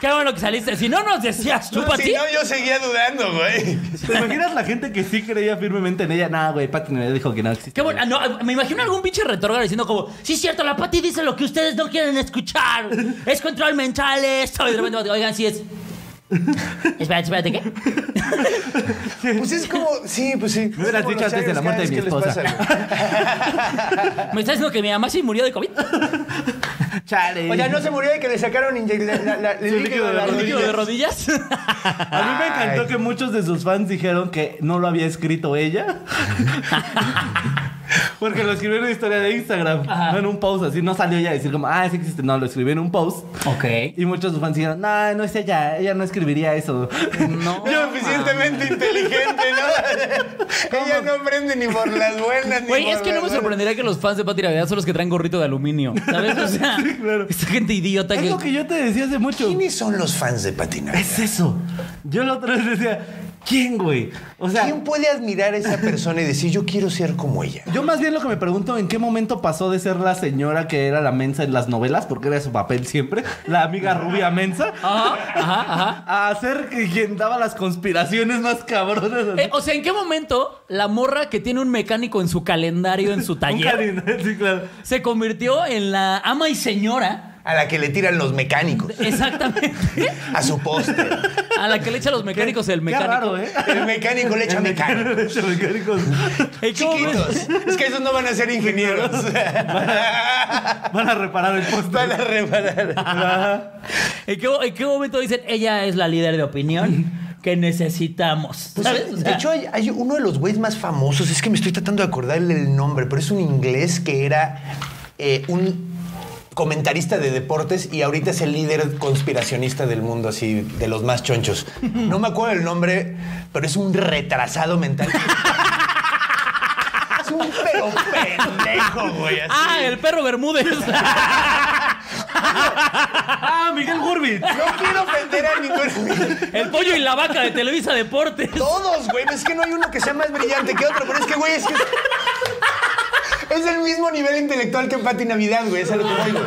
Speaker 2: Qué bueno que saliste. Si no nos decías tú, Pati.
Speaker 3: Si no, yo seguía dudando, güey.
Speaker 1: ¿Te imaginas la gente que sí creía firmemente en ella? Nah, güey, Pati me dijo que no existe.
Speaker 2: Qué bueno. ah, no, me imagino algún pinche retrógrado diciendo como, sí es cierto, la Pati dice lo que ustedes no quieren escuchar. Es control mental esto. Y de repente, oigan, sí es. Espérate, espérate, ¿qué?
Speaker 3: Pues es como. Sí, pues sí.
Speaker 1: Me hubieras
Speaker 3: Es como
Speaker 1: dicho
Speaker 3: los
Speaker 1: antes de la
Speaker 3: chairos,
Speaker 1: muerte de mi
Speaker 3: ¿qué les pasa,
Speaker 1: esposa.
Speaker 3: güey?
Speaker 2: ¿Me estás diciendo que mi mamá sí murió de COVID?
Speaker 1: Chale.
Speaker 3: O sea, no se murió de que le sacaron inyec- la- la- la- el
Speaker 1: Su líquido
Speaker 3: líquido de
Speaker 1: de
Speaker 3: la
Speaker 1: rodilla.
Speaker 2: ¿Líquido de
Speaker 3: rodilla.
Speaker 2: rodillas?
Speaker 1: A mí me encantó
Speaker 3: Ay.
Speaker 1: que muchos de sus fans dijeron que no lo había escrito ella.
Speaker 3: [laughs]
Speaker 1: Porque lo escribió en una historia de Instagram,
Speaker 2: Ajá.
Speaker 1: no en un post, así no salió ella a decir como, ah, sí existe, no, lo escribió en un post.
Speaker 2: ok.
Speaker 1: Y muchos de sus fans dijeron, no, no es ella, ella no escribiría eso.
Speaker 2: No.
Speaker 3: Yo suficientemente inteligente, ¿no? Ella no prende ni por las buenas ni
Speaker 2: Güey,
Speaker 3: por
Speaker 2: es que no
Speaker 3: las
Speaker 2: me
Speaker 3: malas.
Speaker 2: sorprendería que los fans de Pati Navidad son los que traen gorrito de aluminio. ¿Sabes? O sea,
Speaker 1: claro.
Speaker 2: esa gente idiota
Speaker 1: [laughs] es
Speaker 2: que.
Speaker 1: lo que yo te decía hace mucho.
Speaker 3: ¿Quiénes son los fans de patinar?
Speaker 1: Es eso. Yo la otra vez decía, ¿Quién, güey? O sea,
Speaker 3: ¿Quién puede admirar a esa persona y decir, yo quiero ser como ella?
Speaker 1: yo más bien lo que me pregunto en qué momento pasó de ser la señora que era la mensa en las novelas, porque era su papel siempre, la amiga
Speaker 2: [laughs]
Speaker 1: rubia mensa,
Speaker 2: Ajá, ajá, ajá.
Speaker 1: [laughs] a ser que- quien daba las conspiraciones más cabronas. así.
Speaker 2: Eh, o sea, ¿en qué momento la morra que tiene un mecánico en su calendario, en su
Speaker 1: Un
Speaker 2: taller,
Speaker 1: calendario, sí, claro.
Speaker 2: se convirtió en la ama y señora?
Speaker 3: A la que le tiran los mecánicos.
Speaker 2: Exactamente.
Speaker 3: A su postre.
Speaker 2: A la que le echa los mecánicos el
Speaker 1: Qué
Speaker 2: mecánico.
Speaker 1: raro, ¿eh? [laughs]
Speaker 3: El mecánico le echa mecánico. [laughs]
Speaker 1: Los mecánicos
Speaker 2: ¿En qué momento?
Speaker 3: Chiquitos. Es que esos no van a ser ingenieros. [laughs]
Speaker 1: van a reparar el poste.
Speaker 3: Van a reparar.
Speaker 2: ¿En qué, en qué momento dicen ella es la líder de opinión que necesitamos? ¿Sabes? O
Speaker 3: Pues, De
Speaker 2: sea,
Speaker 3: hecho, hay, hay uno de los güeyes más famosos. Es que me estoy tratando de acordarle el nombre, pero es un inglés que era eh, un comentarista de deportes y ahorita es el líder conspiracionista del mundo, así, de los más chonchos. No me acuerdo el nombre, pero es un retrasado mental. [laughs] es un pero pendejo, güey. así.
Speaker 2: ah, el perro Bermúdez.
Speaker 1: ¡Ah, Miguel Gurbit!
Speaker 3: No quiero ofender a ningún...
Speaker 2: El pollo y la vaca de Televisa Deportes.
Speaker 3: Todos, güey. Es que no hay uno que sea más brillante que otro, pero es que, güey, es que. Es, es el mismo nivel intelectual que Pati Navidad, güey. Es a lo que voy, güey.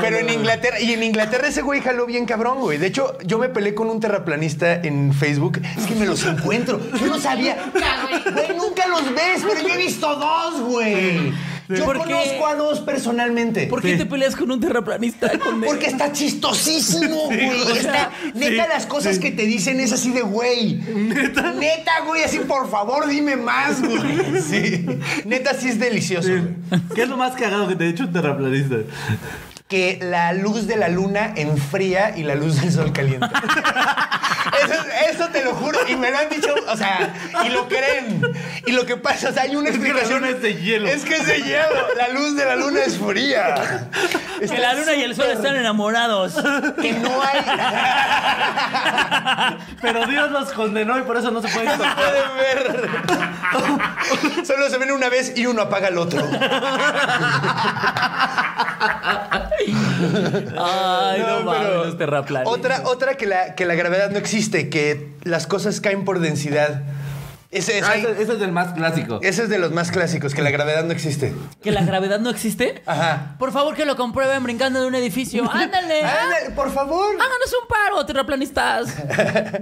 Speaker 3: Pero en Inglaterra, y en Inglaterra ese güey jaló bien cabrón, güey. De hecho, yo me peleé con un terraplanista en Facebook. Es que me los encuentro. Yo no sabía. Güey, nunca los ves, pero yo he visto dos, güey. Yo
Speaker 2: ¿Por qué?
Speaker 3: conozco a dos personalmente.
Speaker 2: ¿Por qué te peleas con un terraplanista? Con
Speaker 3: Porque está chistosísimo, güey. Está- neta, las cosas que te dicen es así de, güey. Neta. güey, así, por favor, dime más, güey. Sí. Neta, sí es delicioso, güey.
Speaker 1: ¿Qué es lo más cagado que te ha hecho un terraplanista?
Speaker 3: Que la luz de la luna enfría y la luz del sol
Speaker 1: [laughs]
Speaker 3: calienta. Eso, eso te lo juro, y me lo han dicho, o sea, y lo creen. Y lo que pasa, o sea, hay una
Speaker 1: que la
Speaker 3: explicación.
Speaker 1: luna es de hielo.
Speaker 3: Es que es de hielo. La luz de la luna es fría.
Speaker 2: Que la luna y el sol están enamorados.
Speaker 3: Que no hay.
Speaker 1: Pero Dios los condenó y por eso no se
Speaker 2: [laughs]
Speaker 1: puede
Speaker 3: se pueden ver. Solo se ven una vez y uno apaga al otro.
Speaker 2: Ay, no,
Speaker 3: No,
Speaker 2: mames,
Speaker 3: pero
Speaker 2: los terraplanistas.
Speaker 3: Otra, otra que, la, que la gravedad no existe, que las cosas caen por densidad. Ese, ese-
Speaker 1: Ah, ese, ese es el
Speaker 2: [laughs]
Speaker 1: más clásico.
Speaker 3: ese es de los más clásicos, que la gravedad no existe.
Speaker 2: ¿Que la gravedad no existe?
Speaker 3: Ajá.
Speaker 2: Por favor, que lo comprueben brincando de un [laughs] edificio. ¡Ándale! Ah.
Speaker 3: Ándale, por favor.
Speaker 2: ¡Háganos un paro, terraplanistas!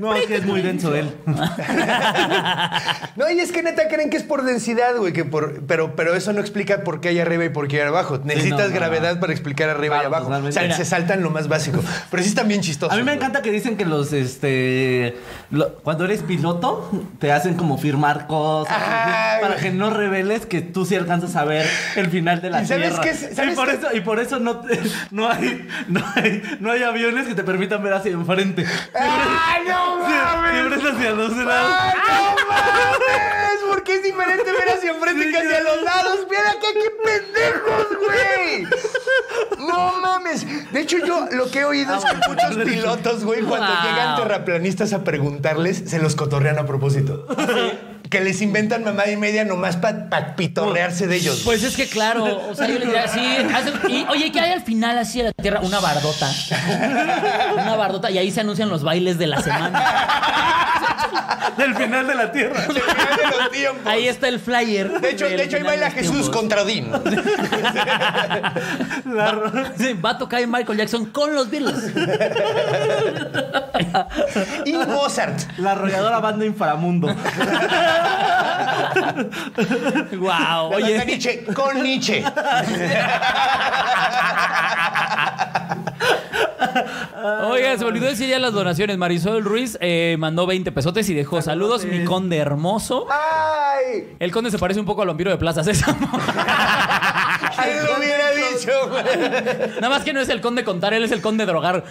Speaker 1: No, es que es muy denso él.
Speaker 3: No, y es que neta creen que es por densidad, güey, que por, pero, pero eso no explica por qué hay arriba y por qué hay abajo. Necesitas
Speaker 1: no, no,
Speaker 3: gravedad para explicar arriba
Speaker 1: Claro,
Speaker 3: y abajo. O
Speaker 1: totalmente.
Speaker 3: sea,
Speaker 1: Mira.
Speaker 3: se saltan lo más básico. Pero sí están bien chistosos.
Speaker 1: A mí me
Speaker 3: güey.
Speaker 1: encanta que dicen que los, este, lo- cuando eres piloto, te hacen como firmar cosas
Speaker 3: Ajá,
Speaker 1: así, para
Speaker 3: güey.
Speaker 1: que no reveles que tú sí alcanzas a ver el final de la
Speaker 3: ¿Y sabes
Speaker 1: Tierra.
Speaker 3: qué es- sabes
Speaker 1: y por
Speaker 3: qué-
Speaker 1: eso, y por eso no, te- no, hay, no, hay, no hay aviones que te permitan ver hacia enfrente.
Speaker 3: ¡Ah, no mames! Ah.
Speaker 1: Siempre es hacia los lados.
Speaker 3: ¡Ay, no mames! Porque es diferente ver hacia enfrente que hacia los lados. ¡Mira que qué pendejos, güey! ¡No mames! De hecho, yo lo que he oído es que muchos pilotos, güey, cuando
Speaker 2: Wow.
Speaker 3: llegan terraplanistas a preguntarles, se los cotorrean a propósito. Que les inventan mamá y media nomás para pitorrearse de ellos.
Speaker 2: Pues es que claro, o sea, yo les diría así. hacen- y, oye, ¿qué hay al final así de la tierra? Una bardota. Una bardota. Y ahí se anuncian los bailes de la semana.
Speaker 1: Del final de la Tierra.
Speaker 3: Al final [laughs] de los tiempos.
Speaker 2: Ahí está el flyer.
Speaker 3: De hecho,
Speaker 2: del
Speaker 3: de hecho ahí
Speaker 2: final
Speaker 3: baila
Speaker 2: de los
Speaker 3: Jesús
Speaker 2: tiempos.
Speaker 3: contra Odín.
Speaker 1: La ro-
Speaker 2: Sí, va a tocar Michael Jackson con los Beatles.
Speaker 3: Y Mozart.
Speaker 1: La arrolladora banda inframundo.
Speaker 3: [laughs]
Speaker 2: Wow,
Speaker 3: La banda
Speaker 2: oye.
Speaker 3: Nietzsche
Speaker 2: [laughs]
Speaker 3: con Nietzsche.
Speaker 2: Oiga, se me olvidó decir ya las donaciones. Marisol Ruiz eh, mandó 20 pesotes y dejó saludos, mi conde hermoso.
Speaker 3: ¡Ay!
Speaker 2: El conde se parece un poco al vampiro de Plaza Sésamo. [laughs]
Speaker 3: ¿Quién lo hubiera dicho, güey?
Speaker 2: Nada más que no es el conde contar, él es el conde drogar.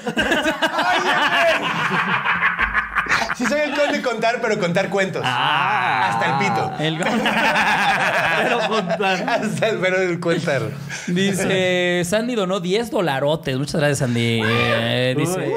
Speaker 3: Sí soy el conde contar, pero contar cuentos.
Speaker 2: Ah.
Speaker 3: Hasta el pito.
Speaker 2: El Ah,
Speaker 1: Pero con tan-
Speaker 3: [laughs] Hasta el pero del contar.
Speaker 2: Dice, Sandy donó 10 dolarotes. Muchas gracias, Sandy. Eh, dice,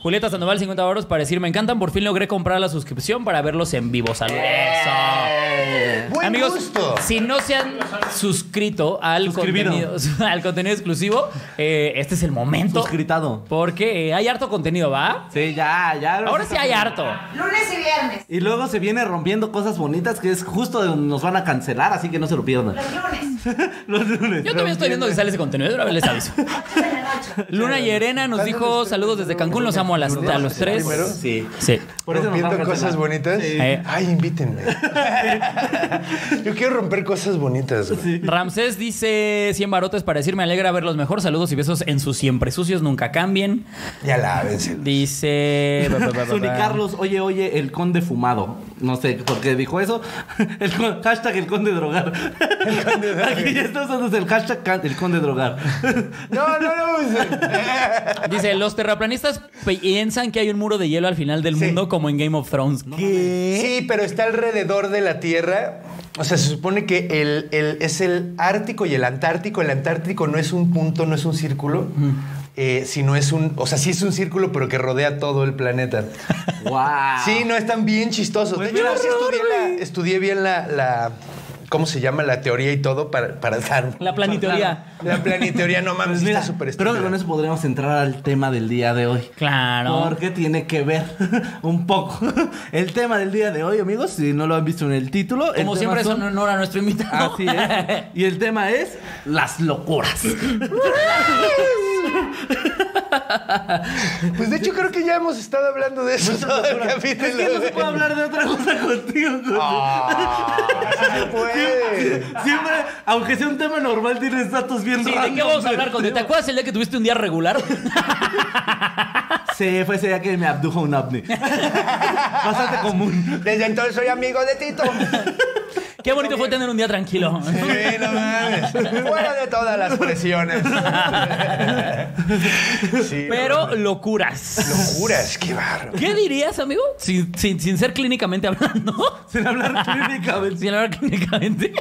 Speaker 2: Julieta Sandoval, 50 euros para decir, me encantan, por fin logré comprar la suscripción para verlos en vivo. Saludos. Eso.
Speaker 3: Buen
Speaker 2: Amigos,
Speaker 3: gusto.
Speaker 2: si no se han suscrito al,
Speaker 1: Suscribido.
Speaker 2: contenido, [laughs] al contenido exclusivo, eh, este es el momento.
Speaker 1: Suscritado.
Speaker 2: Porque eh, hay harto contenido, ¿va?
Speaker 1: Sí, ya, ya.
Speaker 2: Ahora sí hay harto.
Speaker 4: Lunes y viernes.
Speaker 1: Y luego se viene rompiendo cosas bonitas que es justo de donde nos van a cancelar, así que no se lo pierdan.
Speaker 4: Los lunes.
Speaker 1: [laughs] Los lunes.
Speaker 2: Yo también estoy viendo que sale ese contenido, de una vez les aviso.
Speaker 4: ocho de la noche.
Speaker 2: Luna y Erena nos dijo saludos desde Cancún, los amo a, las- a los tres.
Speaker 3: Primero.
Speaker 1: Sí.
Speaker 2: Sí.
Speaker 1: Por eso nos van a
Speaker 3: Rompiendo
Speaker 1: cancelar.
Speaker 3: cosas bonitas.
Speaker 1: Sí.
Speaker 2: Eh.
Speaker 3: Ay, invítenme. Yo quiero romper cosas bonitas. güey.
Speaker 2: Ramsés dice 100 barotes para decir me alegra verlos mejor. Saludos y besos en sus siempre sucios, nunca cambien.
Speaker 3: Ya lávense.
Speaker 2: Dice. ba, ba, ba, ba,
Speaker 1: Sony
Speaker 2: ba.
Speaker 1: Carlos, oye, oye, el conde fumado. No sé por qué dijo eso. [laughs] El con- hashtag el conde drogar. El
Speaker 3: conde drogar.
Speaker 1: Aquí ya está usando el hashtag can- el conde
Speaker 3: [laughs]
Speaker 1: drogar.
Speaker 3: No, no, no.
Speaker 2: Dice, los terraplanistas piensan que hay un muro de hielo al final del
Speaker 3: Sí.
Speaker 2: mundo como en Game of Thrones.
Speaker 3: Sí, pero está alrededor de la Tierra. O sea, se supone que el, el- es el Ártico y el Antártico. El Antártico no es un punto, no es un círculo. eh, sino es un, o sea, sí es un círculo, pero que rodea todo el planeta.
Speaker 1: wow.
Speaker 3: Sí, no, están bien chistosos.
Speaker 1: Pues
Speaker 3: de hecho,
Speaker 1: mira,
Speaker 3: sí
Speaker 1: qué
Speaker 3: estudié, la- estudié bien la, la- ¿Cómo se llama? La teoría y todo para, para dar.
Speaker 2: La planitoría.
Speaker 3: La planiteoría, no mames,
Speaker 1: Pues mira,
Speaker 3: está súper
Speaker 1: creo que
Speaker 3: estúpida.
Speaker 1: con eso podríamos entrar al tema del día de hoy.
Speaker 2: Claro.
Speaker 1: Porque tiene que ver [laughs] un poco. El tema del día de hoy, amigos, si no lo han visto en el título. el
Speaker 2: Como
Speaker 1: tema
Speaker 2: siempre, es
Speaker 1: son-
Speaker 2: un honor a nuestro invitado.
Speaker 1: Así
Speaker 2: [laughs]
Speaker 1: es. Y el tema es las locuras.
Speaker 3: Pues de hecho creo que ya hemos estado hablando de eso todo el capítulo.
Speaker 1: Es que no se puede hablar de otra cosa contigo. José.
Speaker 3: Ah, sí pues. se puede.
Speaker 1: Siempre, aunque sea un tema normal, tiene datos bien
Speaker 2: Sí, ¿de
Speaker 1: random,
Speaker 2: qué vamos a
Speaker 1: güey.
Speaker 2: hablar? Conde? ¿Te acuerdas el día que tuviste un día regular?
Speaker 1: Sí, fue ese día que me abdujo un ovni. [laughs]
Speaker 2: Ah,
Speaker 1: Bastante común.
Speaker 3: Desde entonces soy amigo de Tito.
Speaker 2: Qué bonito fue tener un día tranquilo.
Speaker 3: Sí, no mames. Fuera de todas las presiones. Sí,
Speaker 2: [laughs] Pero locuras.
Speaker 3: Locuras, qué barro.
Speaker 2: ¿Qué dirías, amigo? Sin, sin- sin ser clínicamente hablando. [laughs]
Speaker 1: Sin hablar clínicamente.
Speaker 2: Sin hablar clínicamente.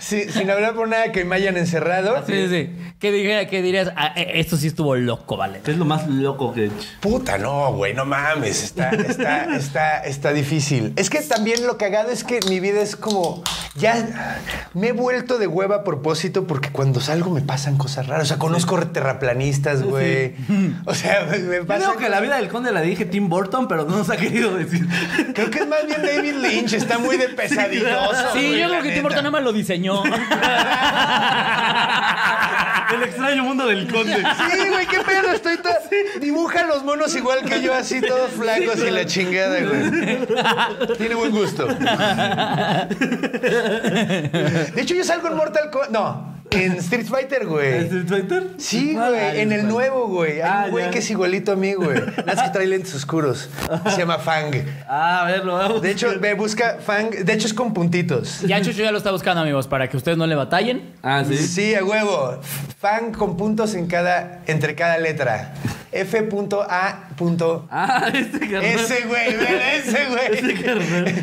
Speaker 3: Sí, sin hablar por nada que me hayan encerrado.
Speaker 2: Sí, sí. ¿Qué, dije- qué dirías? Ah, eh, esto sí estuvo loco, vale.
Speaker 1: Es lo más loco que he hecho.
Speaker 3: Puta, no, güey, no mames, está, está, está, está difícil. Es que también lo cagado es que mi vida es como, ya me he vuelto de hueva a propósito porque cuando salgo me pasan cosas raras. O sea, conozco terraplanistas, güey. O sea, me- me
Speaker 1: Yo
Speaker 3: pasa...
Speaker 1: digo que la vida del conde la dije Tim Burton, pero no nos ha querido
Speaker 3: [laughs]
Speaker 1: decir.
Speaker 3: Creo que es más bien David Lynch, está muy
Speaker 1: [laughs]
Speaker 3: de pesadilloso.
Speaker 2: Sí,
Speaker 3: güey,
Speaker 2: yo creo
Speaker 3: la
Speaker 2: que Tim
Speaker 3: neta.
Speaker 2: Burton nada más lo diseñó.
Speaker 1: El extraño mundo del
Speaker 3: [laughs]
Speaker 1: conde.
Speaker 3: Sí, güey, qué pedo, estoy todo... Dibuja los monos igual que yo, así todos flacos y la chingada, güey. Tiene buen gusto. De hecho, yo salgo en Mortal Kombat... No, en Street Fighter, güey.
Speaker 1: ¿Es Twitter?
Speaker 3: Sí, güey, en el nuevo, güey.
Speaker 1: Ah,
Speaker 3: Hay un güey
Speaker 1: ya.
Speaker 3: que es igualito a mí, güey. Nada más que trae lentes oscuros. Se llama Fang.
Speaker 1: Ah, a ver, lo vamos.
Speaker 3: De hecho, me busca Fang. De hecho, es con puntitos.
Speaker 2: Ya Chucho ya lo está buscando, amigos, para que ustedes no le batallen.
Speaker 1: Ah, sí.
Speaker 3: [laughs] Sí, a huevo. Fang con puntos en cada, entre cada letra. F.A. punto-
Speaker 1: Ah, este carnal.
Speaker 2: [laughs]
Speaker 3: Ese güey, güey, ese
Speaker 1: Este
Speaker 3: güey.
Speaker 1: carnal.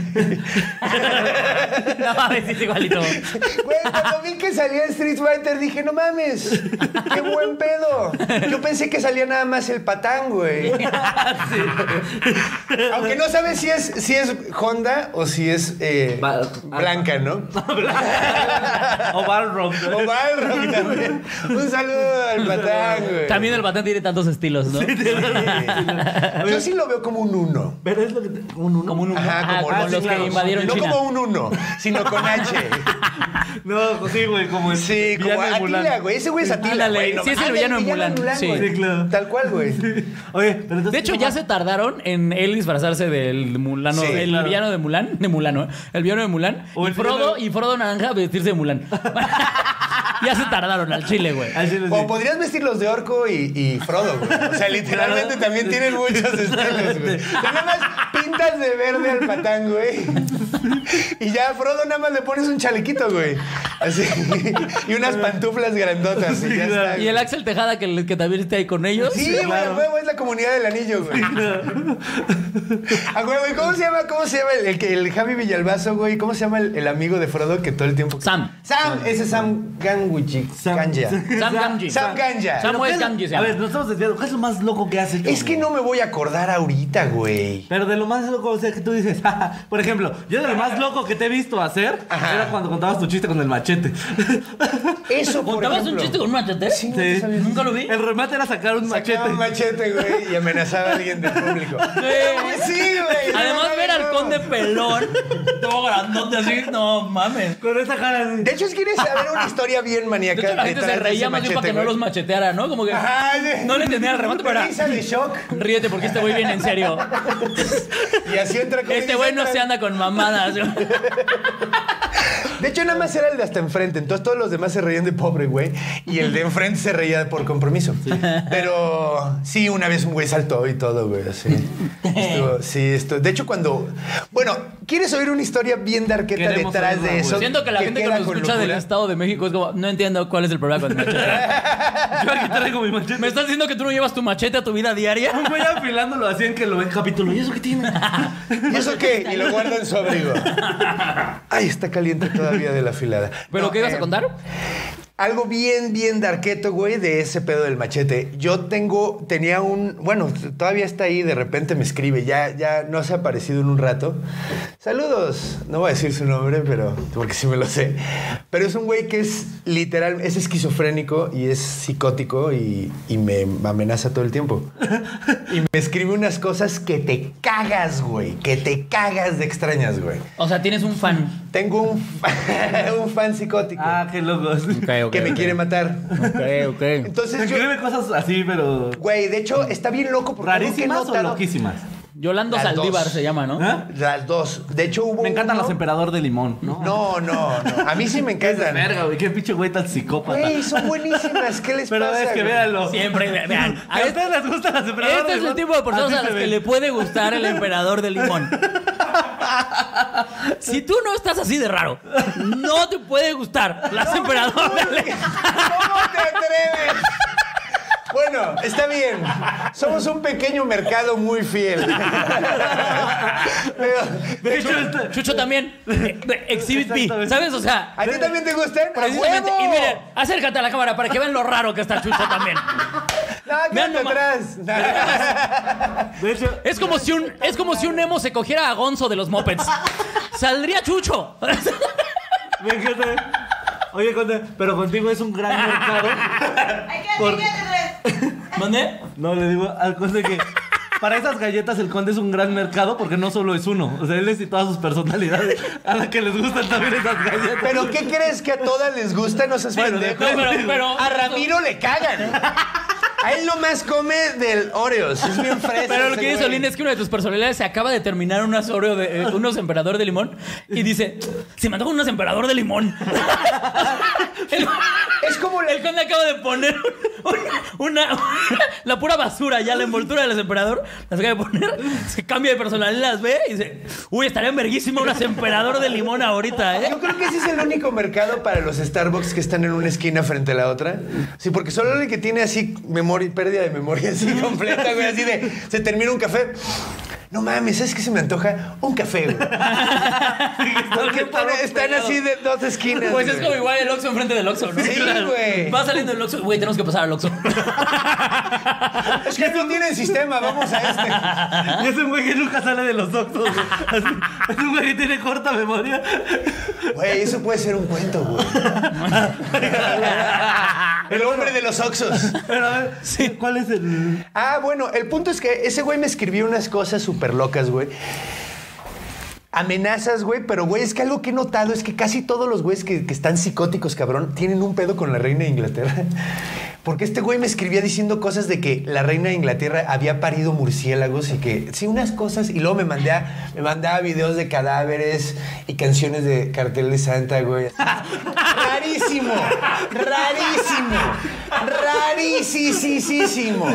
Speaker 2: No mames, es igualito.
Speaker 3: Güey, cuando vi que salía Street Fighter dije, no mames, qué buen pedo. Yo pensé que salía nada más el patán,
Speaker 2: [laughs]
Speaker 3: güey. Aunque no sabes si es, si es Honda o si es eh,
Speaker 1: Va-
Speaker 3: Blanca, ¿no?
Speaker 1: O Balrog. ¿no?
Speaker 3: O Balrog
Speaker 2: [laughs]
Speaker 3: también. Un saludo al patán, güey.
Speaker 2: También el batán tiene tantos estilos, ¿no?
Speaker 3: Yo sí lo veo como un uno.
Speaker 1: Pero es lo que. te- Un uno.
Speaker 2: Como un
Speaker 3: Ajá,
Speaker 2: ah,
Speaker 3: como
Speaker 2: con
Speaker 3: no,
Speaker 2: los
Speaker 3: claro,
Speaker 2: que invadieron
Speaker 3: No
Speaker 2: China.
Speaker 3: como un uno, sino con H.
Speaker 1: No, pues sí, güey, como el.
Speaker 3: Sí, como
Speaker 1: villano de Mulan.
Speaker 3: Atila, güey. Ese güey es Atila,
Speaker 2: Ándale,
Speaker 3: güey. no
Speaker 2: sí es el
Speaker 3: mames.
Speaker 2: villano de
Speaker 3: Ah,
Speaker 2: Mulan, sí.
Speaker 3: güey.
Speaker 1: [laughs] Sí, claro.
Speaker 3: Tal cual, güey.
Speaker 1: [laughs] Oye, pero entonces.
Speaker 2: De hecho,
Speaker 1: ¿cómo
Speaker 2: ya
Speaker 1: va?
Speaker 2: se tardaron en él disfrazarse del Mulano,
Speaker 3: Sí,
Speaker 2: el
Speaker 1: claro.
Speaker 2: villano de Mulan, de Mulano, ¿eh? el villano de Mulan,
Speaker 1: O
Speaker 2: y
Speaker 1: el
Speaker 2: Frodo,
Speaker 1: villano-
Speaker 2: y Frodo Naranja vestirse de Mulan. [laughs] ya se tardaron al chile, güey.
Speaker 1: Así les
Speaker 3: O
Speaker 1: digo.
Speaker 3: podrías vestirlos de orco y, y Frodo, güey. O sea, literalmente también tienen muchos estilos, güey. O sea, Nada más pintas de verde al patán, güey. Y ya a Frodo nada más le pones un chalequito, güey. Así. Y unas pantuflas grandotas. y ya está.
Speaker 2: Y el Axel Tejada que, le- que también está ahí con ellos.
Speaker 3: [laughs] Sí, güey, a huevo, es la comunidad del anillo, güey. [laughs] A huevo, ¿y cómo se llama? ¿Cómo se llama el, el, que- el Javi Villalbazo, güey? ¿Cómo se llama el, el amigo de Frodo que todo el tiempo.
Speaker 2: Sam.
Speaker 3: Sam, ese es Sam Ganguchi.
Speaker 1: Sam-
Speaker 3: [laughs] Ganja.
Speaker 2: Sam Gamgee.
Speaker 3: Sam Ganja.
Speaker 2: Sam- Samuel
Speaker 1: ¿Qué es lo-
Speaker 2: Gamgee se
Speaker 1: A
Speaker 2: llama.
Speaker 1: ver, nos estamos desviando. ¿Qué es lo más loco que has hecho?
Speaker 3: Es que
Speaker 1: güey?
Speaker 3: no me voy a acordar ahorita, güey.
Speaker 1: Pero de lo más loco, o sea, que tú dices, [laughs] "Ja, ja". por ejemplo, yo de lo más loco que te he visto hacer
Speaker 3: Ajá.
Speaker 1: era cuando contabas tu chiste con el machete. [laughs]
Speaker 3: Eso, por
Speaker 2: ¿Contabas un
Speaker 3: ejemplo.
Speaker 2: chiste con un machete?
Speaker 3: Sí, no te
Speaker 1: Sí.
Speaker 3: sabías.
Speaker 2: Nunca lo vi.
Speaker 1: El remate era sacar un
Speaker 3: Sacaba
Speaker 1: machete.
Speaker 3: un machete, güey, y amenazaba a alguien
Speaker 2: [laughs]
Speaker 3: del público. [laughs]
Speaker 2: Güey.
Speaker 3: Sí, güey. no
Speaker 2: Además,
Speaker 3: mames,
Speaker 2: ver al
Speaker 3: no.
Speaker 2: conde pelón, todo grandote así, no mames.
Speaker 1: Con esa cara así.
Speaker 3: De hecho, es quieres saber una historia bien
Speaker 2: De
Speaker 3: maníaca.
Speaker 2: hecho, la gente
Speaker 3: detrás
Speaker 2: se
Speaker 3: de
Speaker 2: reía
Speaker 3: ese
Speaker 2: más bien para
Speaker 3: machete,
Speaker 2: que no
Speaker 3: güey.
Speaker 2: los macheteara, ¿no? Como que
Speaker 3: Ajá, sí.
Speaker 2: no le entendían el remate, pero era,
Speaker 3: Risa de shock.
Speaker 2: ríete porque este güey viene en
Speaker 3: [laughs]
Speaker 2: serio.
Speaker 3: Y así entra como
Speaker 2: Este
Speaker 3: dice,
Speaker 2: güey no
Speaker 3: entra-
Speaker 2: se anda con
Speaker 3: [laughs]
Speaker 2: mamadas.
Speaker 3: De hecho, nada más era el de hasta enfrente. Entonces todos los demás se reían de pobre, güey. Y el de enfrente se reía por compromiso. Pero sí, una vez un güey saltó y todo, güey. Así. Estuvo- sí, esto. De hecho, cuando. Bueno, ¿quieres oír una historia bien darqueta
Speaker 1: Queremos
Speaker 3: detrás
Speaker 1: oírla,
Speaker 3: de
Speaker 1: güey.
Speaker 3: eso?
Speaker 2: Siento que la gente que
Speaker 3: queda
Speaker 2: nos
Speaker 3: con
Speaker 2: escucha del
Speaker 3: locura?
Speaker 2: Estado de México es como, no entiendo cuál es el problema con el machete.
Speaker 1: Yo aquí traigo mi machete.
Speaker 2: ¿Me estás diciendo que tú no llevas tu machete a tu vida diaria? [laughs]
Speaker 1: Un güey afilándolo así en que lo ven capítulo. ¿Y eso qué tiene?
Speaker 3: ¿Y eso qué? Y lo guarda en
Speaker 2: [laughs]
Speaker 3: su abrigo. Ay, está caliente todavía de la afilada.
Speaker 2: ¿Pero
Speaker 3: No,
Speaker 2: qué ibas a
Speaker 3: eh,
Speaker 2: contar?
Speaker 3: Algo bien, bien darqueto, güey, de ese pedo del machete. Yo tengo, tenía un, bueno, t- todavía está ahí, de repente me escribe, ya, ya no se ha aparecido en un rato. Saludos, no voy a decir su nombre, pero, porque sí me lo sé. Pero es un güey que es literal, es esquizofrénico y es psicótico y, y me amenaza todo el tiempo. Y me escribe unas cosas que te cagas, güey, que te cagas de extrañas, güey.
Speaker 2: O sea, tienes un fan.
Speaker 3: Tengo un, [laughs] fa- un fan psicótico.
Speaker 1: ah, qué locos.
Speaker 3: que me quiere matar.
Speaker 2: Ok, ok.
Speaker 3: Entonces yo,
Speaker 1: Escribe cosas así, pero.
Speaker 3: Güey, de hecho, está bien loco porque algo que he
Speaker 1: ¿Rarísimas o
Speaker 3: notado-
Speaker 1: loquísimas?
Speaker 2: Yolando
Speaker 3: Las
Speaker 2: Saldívar
Speaker 3: dos.
Speaker 2: se llama, ¿no?
Speaker 1: ¿Ah?
Speaker 3: Las dos. De hecho, hubo.
Speaker 1: Me encantan
Speaker 3: uno-
Speaker 1: los emperador de limón, ¿no?
Speaker 3: No, no, no. A mí sí me
Speaker 1: [laughs]
Speaker 3: encantan.
Speaker 1: Verga, güey, [laughs] qué pinche güey tan psicópata.
Speaker 3: Güey, son buenísimas. ¿Qué les
Speaker 1: pero
Speaker 3: pasa?
Speaker 1: es que
Speaker 3: güey?
Speaker 1: véanlo.
Speaker 2: Siempre, ve-
Speaker 1: [laughs]
Speaker 2: vean.
Speaker 1: A ustedes les gustan las emperadoras.
Speaker 2: Este es el tipo de personas a las que le puede gustar el emperador de limón. Si tú no estás así de raro, no te puede gustar las emperador de limón.
Speaker 3: ¿Cómo te atreves? Bueno, está bien. Somos un pequeño mercado
Speaker 1: [laughs]
Speaker 3: muy fiel. Pero,
Speaker 1: De hecho, este-
Speaker 2: Chucho también. Eh, eh, Exhibit B.
Speaker 1: Exactamente.
Speaker 2: ¿Sabes? O sea,
Speaker 3: ¿A ti también te gustan? ¡A
Speaker 2: precisamente.
Speaker 3: huevo!
Speaker 2: Y miren, acércate a la cámara para que vean lo raro que está Chucho también.
Speaker 3: No,
Speaker 2: Vean
Speaker 3: quédate
Speaker 2: nomás.
Speaker 3: atrás.
Speaker 1: de hecho,
Speaker 2: Es como si un, es como si un emo se cogiera a Gonzo de los Muppets. Saldría Chucho.
Speaker 1: me encanta. Oye, Conde, pero contigo es un
Speaker 2: [laughs]
Speaker 1: gran mercado.
Speaker 4: Hay
Speaker 1: Por-
Speaker 4: que tres.
Speaker 1: [laughs]
Speaker 2: ¿Mande?
Speaker 1: No, le digo al Conde que. Para esas galletas el conde es un gran mercado porque no solo es uno, o sea, él es y todas sus personalidades a las que les gustan también esas galletas.
Speaker 3: ¿Pero qué crees que a todas les gusta? No seas
Speaker 1: Bueno,
Speaker 3: pendejo.
Speaker 2: No, pero, pero,
Speaker 3: A Ramiro le cagan. A él nomás come del Oreos. Es bien [laughs] fresco.
Speaker 2: Pero lo
Speaker 3: ese
Speaker 2: que dice
Speaker 3: güey.
Speaker 2: Olin es que una de tus personalidades se acaba de terminar unas Oreo de, eh, unos emperador de limón y dice, se me antoja unos emperador de limón. [laughs] el,
Speaker 3: Es como la.
Speaker 2: el conde acaba de poner una, [laughs] una- la pura basura ya, la envoltura de los emperador, las acaba de poner, se cambia de personalidad, las ve y dice, uy, estarían verguísima unas emperador de limón ahorita, ¿eh?
Speaker 3: Yo creo que ese es el único mercado para los Starbucks que están en una esquina frente a la otra. Sí, porque solo el que tiene así memoria, pérdida de memoria
Speaker 2: [laughs]
Speaker 3: así completa, güey, así de se termina un café. No mames, ¿sabes qué se me antoja? Un
Speaker 2: [laughs]
Speaker 3: café, güey. Porque
Speaker 2: Está
Speaker 3: están, están
Speaker 2: pegado.
Speaker 3: así de dos esquinas.
Speaker 2: Pues es
Speaker 3: güey.
Speaker 2: como igual el Oxxo enfrente del Oxxo, ¿no?
Speaker 3: Sí, güey.
Speaker 2: Va saliendo el Oxxo, güey, tenemos que pasar al Oxxo.
Speaker 3: Es que no tienen sistema, vamos a este.
Speaker 1: Y es un güey que nunca sale de los ojos. Es un güey que tiene corta memoria.
Speaker 3: Güey, eso puede ser un cuento, güey. El hombre de los oxos.
Speaker 1: Pero a ver, ¿cuál es el...?
Speaker 3: Ah, bueno, el punto es que ese güey me escribió unas cosas súper locas, güey. Amenazas, güey, pero güey, es que algo que he notado es que casi todos los güeyes que, que están psicóticos, cabrón, tienen un pedo con la reina de Inglaterra. [laughs] Porque este güey me escribía diciendo cosas de que la reina de Inglaterra había parido murciélagos y que, sí, unas cosas. Y luego me, mandé a- me mandaba videos de cadáveres y canciones de cartel de Santa, güey. rarísimo. Rarísimo. Rarísimo.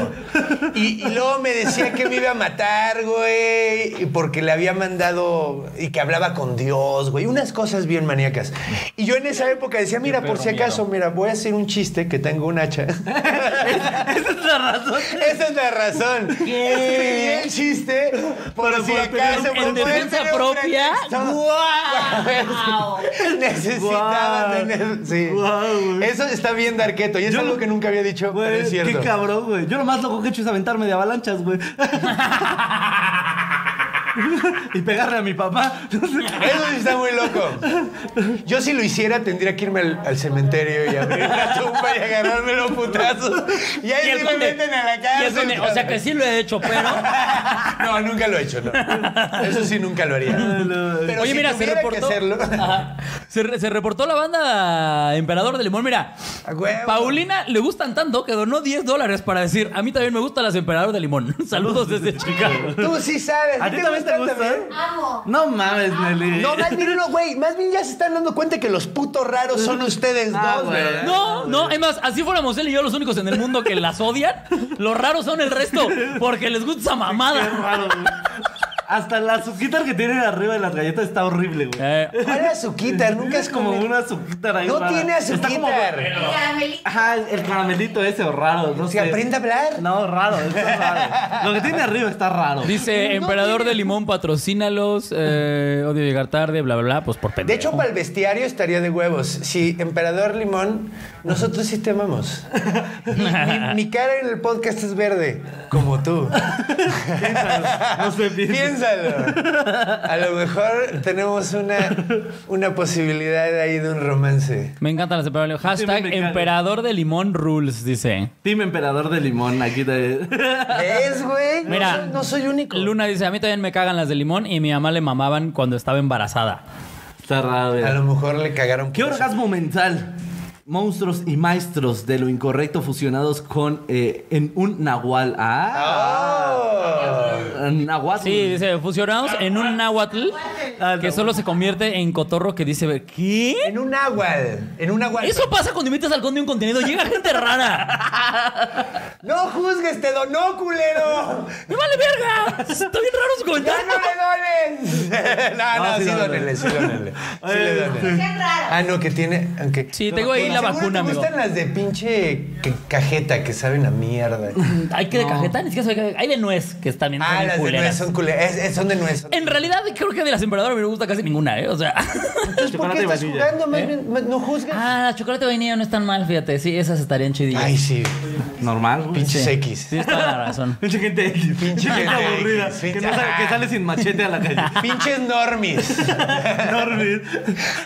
Speaker 3: Y, y luego me decía que me iba a matar, güey. y Porque le había mandado. Y que hablaba con Dios, güey. Unas cosas bien maníacas. Y yo en esa época decía, mira, por si acaso, mira, voy a hacer un chiste que tengo un
Speaker 1: [laughs]
Speaker 3: hacha.
Speaker 1: Esa es la razón.
Speaker 3: Esa es la razón. Escribí el chiste por
Speaker 1: Pero
Speaker 3: si
Speaker 1: por tener
Speaker 3: acaso.
Speaker 1: un-
Speaker 3: por
Speaker 2: en
Speaker 3: poder
Speaker 2: defensa
Speaker 3: tener un
Speaker 2: propia,
Speaker 3: pretexto. [laughs] Necesitaba
Speaker 1: Guau.
Speaker 3: tener. Sí.
Speaker 1: Guau, güey.
Speaker 3: Eso está bien de Arqueto y es
Speaker 1: Yo
Speaker 3: algo
Speaker 1: no-
Speaker 3: que nunca había dicho,
Speaker 1: Güey,
Speaker 3: pero es cierto.
Speaker 1: qué cabrón, güey. Yo lo más loco que he hecho es aventarme de avalanchas, [laughs] güey. y pegarle a mi papá. No sé qué.
Speaker 3: Eso sí está muy loco. Yo si lo hiciera tendría que irme al, al cementerio y abrir la tumba y agarrarme los putazos. Y
Speaker 2: Y
Speaker 3: ahí
Speaker 2: el
Speaker 3: sí me
Speaker 2: conde-
Speaker 3: meten a la
Speaker 2: y el
Speaker 3: cárcel.
Speaker 2: conde- o sea que sí lo he hecho, pero.
Speaker 3: No, nunca lo he hecho, no. Eso sí nunca
Speaker 2: [laughs]
Speaker 3: lo haría. Pero
Speaker 2: Oye,
Speaker 3: si
Speaker 2: mira, se
Speaker 3: tuviera que
Speaker 2: reportó.
Speaker 3: hacerlo. [laughs]
Speaker 2: [laughs] Ajá. se, re- se reportó la banda Emperador de Limón. Mira,
Speaker 3: A huevo.
Speaker 2: Paulina le gustan tanto que donó 10 dólares para decir: A mí también me gustan las Emperador de Limón. [laughs] Saludos
Speaker 1: [laughs]
Speaker 2: desde Chicago.
Speaker 3: Tú sí sabes.
Speaker 1: ¿A ti también te gusta?
Speaker 3: también?
Speaker 4: Amo.
Speaker 1: No mames, Nelly.
Speaker 3: No, más bien no, güey. Más bien ya se están dando cuenta que los putos raros son ustedes
Speaker 1: Ah,
Speaker 3: dos,
Speaker 1: güey.
Speaker 3: güey.
Speaker 2: No, no, es más, así fuéramos él y yo los únicos en el mundo que las odian. Los raros son el resto, porque les gusta esa
Speaker 1: Qué
Speaker 2: mamada.
Speaker 1: raro, güey. Hasta la suquita que tienen arriba de las galletas está horrible, güey.
Speaker 2: Eh,
Speaker 3: ¿Cuál azuquita? Nunca es
Speaker 1: Es como una suquita ahí.
Speaker 3: No
Speaker 1: rara.
Speaker 3: tiene
Speaker 1: Está como-
Speaker 3: azuquita.
Speaker 4: Caramelito.
Speaker 1: Ajá, el caramelito ese o raro, no
Speaker 3: Si
Speaker 1: sé.
Speaker 3: aprende a hablar.
Speaker 1: No, raro, está raro. [laughs] Lo que tiene arriba está raro.
Speaker 2: dice: Emperador de Limón, patrocínalos. eh, odio llegar tarde, bla, bla, bla. Pues por pendejo.
Speaker 3: De hecho, para el bestiario estaría de huevos. Si Emperador Limón, nosotros sí
Speaker 1: [laughs]
Speaker 3: te amamos. Mi, mi cara en el podcast es verde, como tú.
Speaker 1: No sé, piensa.
Speaker 3: Piénsalo. A lo mejor tenemos una, una posibilidad ahí de un romance.
Speaker 2: Me encantan las emperador de limón.
Speaker 1: Sí,
Speaker 2: Hashtag
Speaker 1: me encanta.
Speaker 2: emperador de limón rules, dice.
Speaker 1: Team emperador de limón, aquí
Speaker 3: [laughs]
Speaker 1: te...
Speaker 3: ¿Ves, güey? No
Speaker 2: Mira,
Speaker 3: soy- no, soy único.
Speaker 2: Luna dice, a mí también me cagan las de limón y mi mamá le mamaban cuando estaba embarazada.
Speaker 1: Está raro, güey.
Speaker 3: A lo mejor le cagaron.
Speaker 1: ¿Qué
Speaker 3: por eso.
Speaker 1: orgasmo mental? Monstruos y maestros de lo incorrecto fusionados con eh, en un nahual. Ah,
Speaker 3: Oh.
Speaker 1: nahuatl.
Speaker 2: Sí, dice, fusionados en un náhuatl
Speaker 1: Ah, el
Speaker 2: que solo se convierte en cotorro que dice, ¿qué?
Speaker 3: En un agual. En un agual.
Speaker 2: Eso pasa cuando invitas al conde un contenido, llega gente rara. [laughs]
Speaker 3: No juzgues, te donó,
Speaker 2: [laughs]
Speaker 3: culero.
Speaker 2: ¡Me vale verga! Está bien raro su
Speaker 3: ¡Ya
Speaker 2: comentario.
Speaker 3: no le dones! [laughs] no, no,
Speaker 1: No, sí
Speaker 3: sí,
Speaker 1: dónele.
Speaker 3: dónele, sí dónele. Sí le dónele.
Speaker 4: Qué raro.
Speaker 3: Ah, no, que tiene. aunque-
Speaker 2: Sí, tengo ahí la
Speaker 3: Seguro
Speaker 2: vacuna,
Speaker 3: te
Speaker 2: amigo.
Speaker 3: gustan las de pinche que- cajeta que saben
Speaker 2: [laughs]
Speaker 3: a mierda.
Speaker 2: Hay que de cajeta, ni siquiera sabe que- hay de nuez que están bien
Speaker 3: Ah,
Speaker 2: también
Speaker 3: las de nuez
Speaker 2: culeras.
Speaker 3: son culeras. Es- es- son de nuez.
Speaker 2: En realidad, creo que de las emperadoras me gusta casi ninguna, ¿eh? O sea... [laughs]
Speaker 3: Entonces, ¿por
Speaker 1: chocolate
Speaker 3: qué
Speaker 1: y
Speaker 3: estás
Speaker 1: vainilla.
Speaker 3: jugando? Más bien, más- no juzgues.
Speaker 2: ¿eh? Ah, chocolate vainilla no están mal, fíjate. Sí, esas estarían chidillas.
Speaker 3: Ay, sí.
Speaker 1: Normal. güey.
Speaker 3: Pinches
Speaker 2: Sí.
Speaker 3: X.
Speaker 2: Tienes toda la razón.
Speaker 1: Pinche gente X.
Speaker 3: Pinche gente
Speaker 1: aburrida.
Speaker 3: X,
Speaker 1: Que,
Speaker 3: pinche-
Speaker 1: no sabe- que sale sin machete a la
Speaker 3: [laughs]
Speaker 1: calle. [laughs]
Speaker 2: [laughs]
Speaker 3: Pinches normis.
Speaker 1: Normis.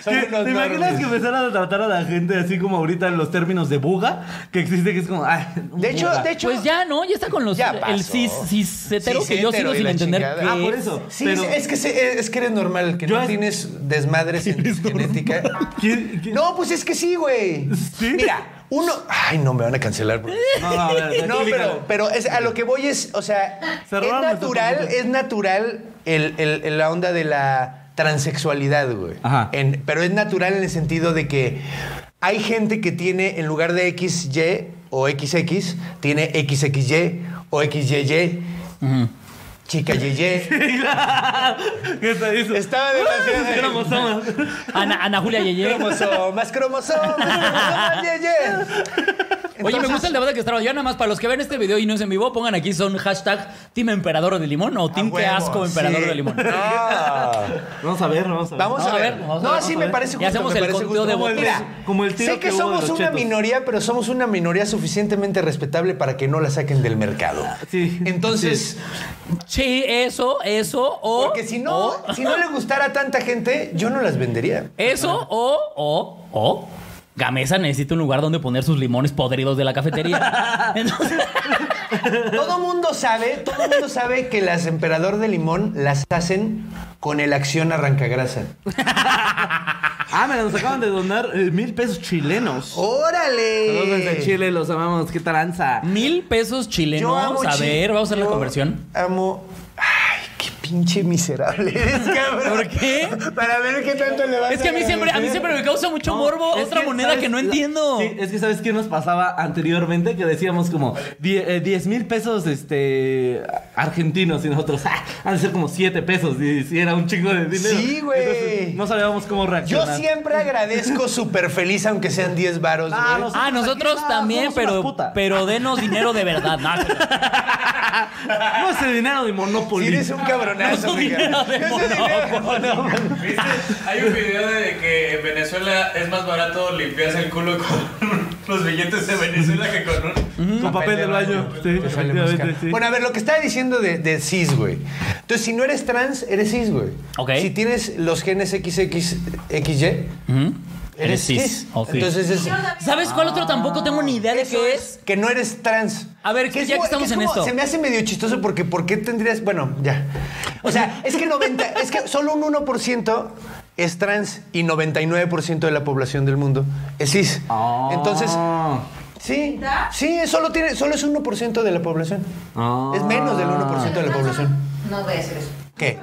Speaker 3: Son
Speaker 1: ¿Te,
Speaker 3: unos
Speaker 1: te imaginas
Speaker 3: normis.
Speaker 1: que empezaran a tratar a la gente así como ahorita en los términos de buga? Que existe que es como. Ay, un
Speaker 3: De hecho,
Speaker 1: buga.
Speaker 3: de hecho.
Speaker 2: Pues ya, ¿no? Ya está con los.
Speaker 3: Ya
Speaker 2: el
Speaker 3: pasó.
Speaker 2: cis, cis hetero que yo
Speaker 3: Cis-hetero
Speaker 2: sigo
Speaker 3: y
Speaker 2: sin
Speaker 3: la
Speaker 2: entender.
Speaker 3: chingada.
Speaker 2: qué
Speaker 1: Ah, por
Speaker 2: es.
Speaker 1: eso.
Speaker 3: Sí,
Speaker 1: pero-
Speaker 3: sí, es que, se- es que eres normal, que
Speaker 1: Yo
Speaker 3: no
Speaker 1: es-
Speaker 3: tienes
Speaker 1: [laughs]
Speaker 3: desmadres en tu genética.
Speaker 1: ¿Quién- quién-
Speaker 3: No, pues es que sí, güey.
Speaker 1: ¿Sí?
Speaker 3: Mira, uno. Ay, no, me van a
Speaker 1: [laughs]
Speaker 3: cancelar. bro.
Speaker 1: No, no, a ver,
Speaker 3: [laughs] No,
Speaker 1: explícalo.
Speaker 3: pero, pero es- a lo que voy es, o sea, es
Speaker 1: Cerramos nuestro
Speaker 3: natural,
Speaker 1: punto.
Speaker 3: es natural el- el- el- la onda de la transexualidad, güey.
Speaker 1: Ajá.
Speaker 3: En- pero es natural en el sentido de que hay gente que tiene, en lugar de XY o XX, tiene XXY o XYY. Chica
Speaker 2: [laughs]
Speaker 3: YY.
Speaker 1: ¿Qué te dice?
Speaker 3: Estaba demasiado...
Speaker 1: Ay, cromosomas.
Speaker 2: Ana, Ana Julia Yeye.
Speaker 3: cromosomas, cromosomas,
Speaker 2: [laughs]
Speaker 3: cromosomas, yeye.
Speaker 2: Oye, me gusta el debate que está Ya nada más, para los que ven este video y no es en vivo, pongan aquí son hashtag Team Emperador de Limón o Team
Speaker 3: A
Speaker 2: Que
Speaker 3: huevo,
Speaker 2: Asco Emperador
Speaker 3: sí.
Speaker 2: de Limón.
Speaker 3: No.
Speaker 1: Vamos a ver, vamos a ver.
Speaker 3: Vamos a ver.
Speaker 2: vamos a
Speaker 3: No,
Speaker 2: ver,
Speaker 3: sí,
Speaker 2: vamos a
Speaker 3: me
Speaker 2: ver.
Speaker 3: parece
Speaker 2: Y
Speaker 3: justo.
Speaker 2: hacemos
Speaker 3: me
Speaker 2: el
Speaker 3: parece
Speaker 2: conteo
Speaker 3: justo.
Speaker 2: de
Speaker 3: Como el-
Speaker 1: votos.
Speaker 3: Mira,
Speaker 1: como el tiro
Speaker 3: sé que,
Speaker 1: que hubo de
Speaker 3: somos
Speaker 1: los
Speaker 3: una
Speaker 1: chetos.
Speaker 3: minoría, pero somos una minoría suficientemente respetable para que no la saquen del mercado.
Speaker 1: Sí.
Speaker 3: Entonces,
Speaker 2: Sí, eso, eso, o.
Speaker 3: porque si no,
Speaker 2: o-
Speaker 3: si no le gustara a tanta gente, yo no las vendería.
Speaker 2: eso, o, o, o. Gamesa necesita un lugar donde poner sus limones podridos de la
Speaker 3: [laughs]
Speaker 2: cafetería. Entonces.
Speaker 3: Todo mundo sabe, todo mundo sabe que las emperador de limón las hacen con el acción arrancagrasa.
Speaker 1: Ah, me nos acaban de donar eh, mil pesos chilenos.
Speaker 3: ¡Órale!
Speaker 1: Saludos desde Chile, los amamos, qué taranza.
Speaker 2: Mil pesos chilenos. A
Speaker 3: Chi-
Speaker 2: ver, vamos a hacer la
Speaker 3: yo
Speaker 2: conversión.
Speaker 3: Amo. Ay, qué pinche miserable eres, cabrón.
Speaker 2: [laughs] ¿Por qué?
Speaker 3: Para ver qué tanto le vas
Speaker 2: Es que a mí siempre, a mí
Speaker 3: agradecer.
Speaker 2: siempre me causa mucho
Speaker 1: No,
Speaker 2: morbo
Speaker 1: es
Speaker 2: otra
Speaker 1: que,
Speaker 2: moneda
Speaker 1: ¿sabes?
Speaker 2: que no
Speaker 1: La-
Speaker 2: entiendo.
Speaker 1: Sí, es que ¿sabes qué nos pasaba anteriormente? Que decíamos como die- eh, 10 mil pesos este, argentinos y nosotros "Ah, han de ser como 7 pesos y si era un chingo de dinero.
Speaker 3: Sí, güey.
Speaker 1: Entonces, No sabíamos cómo
Speaker 3: Yo
Speaker 1: reaccionar.
Speaker 3: siempre agradezco súper feliz, aunque sean 10 varos, güey.
Speaker 1: Ah,
Speaker 2: Ah, nosotros
Speaker 1: aquí nada,
Speaker 2: también,
Speaker 1: somos una
Speaker 2: pero,
Speaker 1: puta.
Speaker 2: pero denos dinero de verdad. No,
Speaker 1: No es el dinero de
Speaker 3: Si
Speaker 1: Monopoly.
Speaker 3: eres un cabronazo,
Speaker 2: No,
Speaker 3: amiga.
Speaker 2: dinero de
Speaker 3: Ese dinero-
Speaker 5: ¿Viste? Hay un video de que en Venezuela es más barato limpiarse el culo con [laughs] los billetes de Venezuela que con un...
Speaker 1: Con papel del baño. Sí,
Speaker 3: Te sale más
Speaker 1: efectivamente,
Speaker 3: caro.
Speaker 1: sí.
Speaker 3: Bueno, a ver, lo que estaba diciendo de, de cis, güey. Entonces, si no eres trans, eres cis, güey.
Speaker 2: Ok.
Speaker 3: Si tienes los genes XXXY, eres,
Speaker 2: Eres cis, ok.
Speaker 3: Entonces es...
Speaker 2: ¿Sabes cuál otro tampoco tengo ni idea de
Speaker 3: Eso
Speaker 2: qué es?
Speaker 3: Que no eres trans.
Speaker 2: A ver, ya que
Speaker 3: como-
Speaker 2: estamos
Speaker 3: es
Speaker 2: en
Speaker 3: como-
Speaker 2: esto.
Speaker 3: Se me hace medio chistoso porque ¿por qué tendrías...? Bueno, ya. O sea, es que 90... es que solo un 1% es trans y 99% de la población del mundo es cis.
Speaker 1: Ah.
Speaker 3: Entonces... Sí, sí, solo, tiene, solo es 1% de la población.
Speaker 1: Ah.
Speaker 3: Es menos del 1% de la población.
Speaker 4: No voy a decir eso.
Speaker 2: [laughs]
Speaker 3: ¿Qué?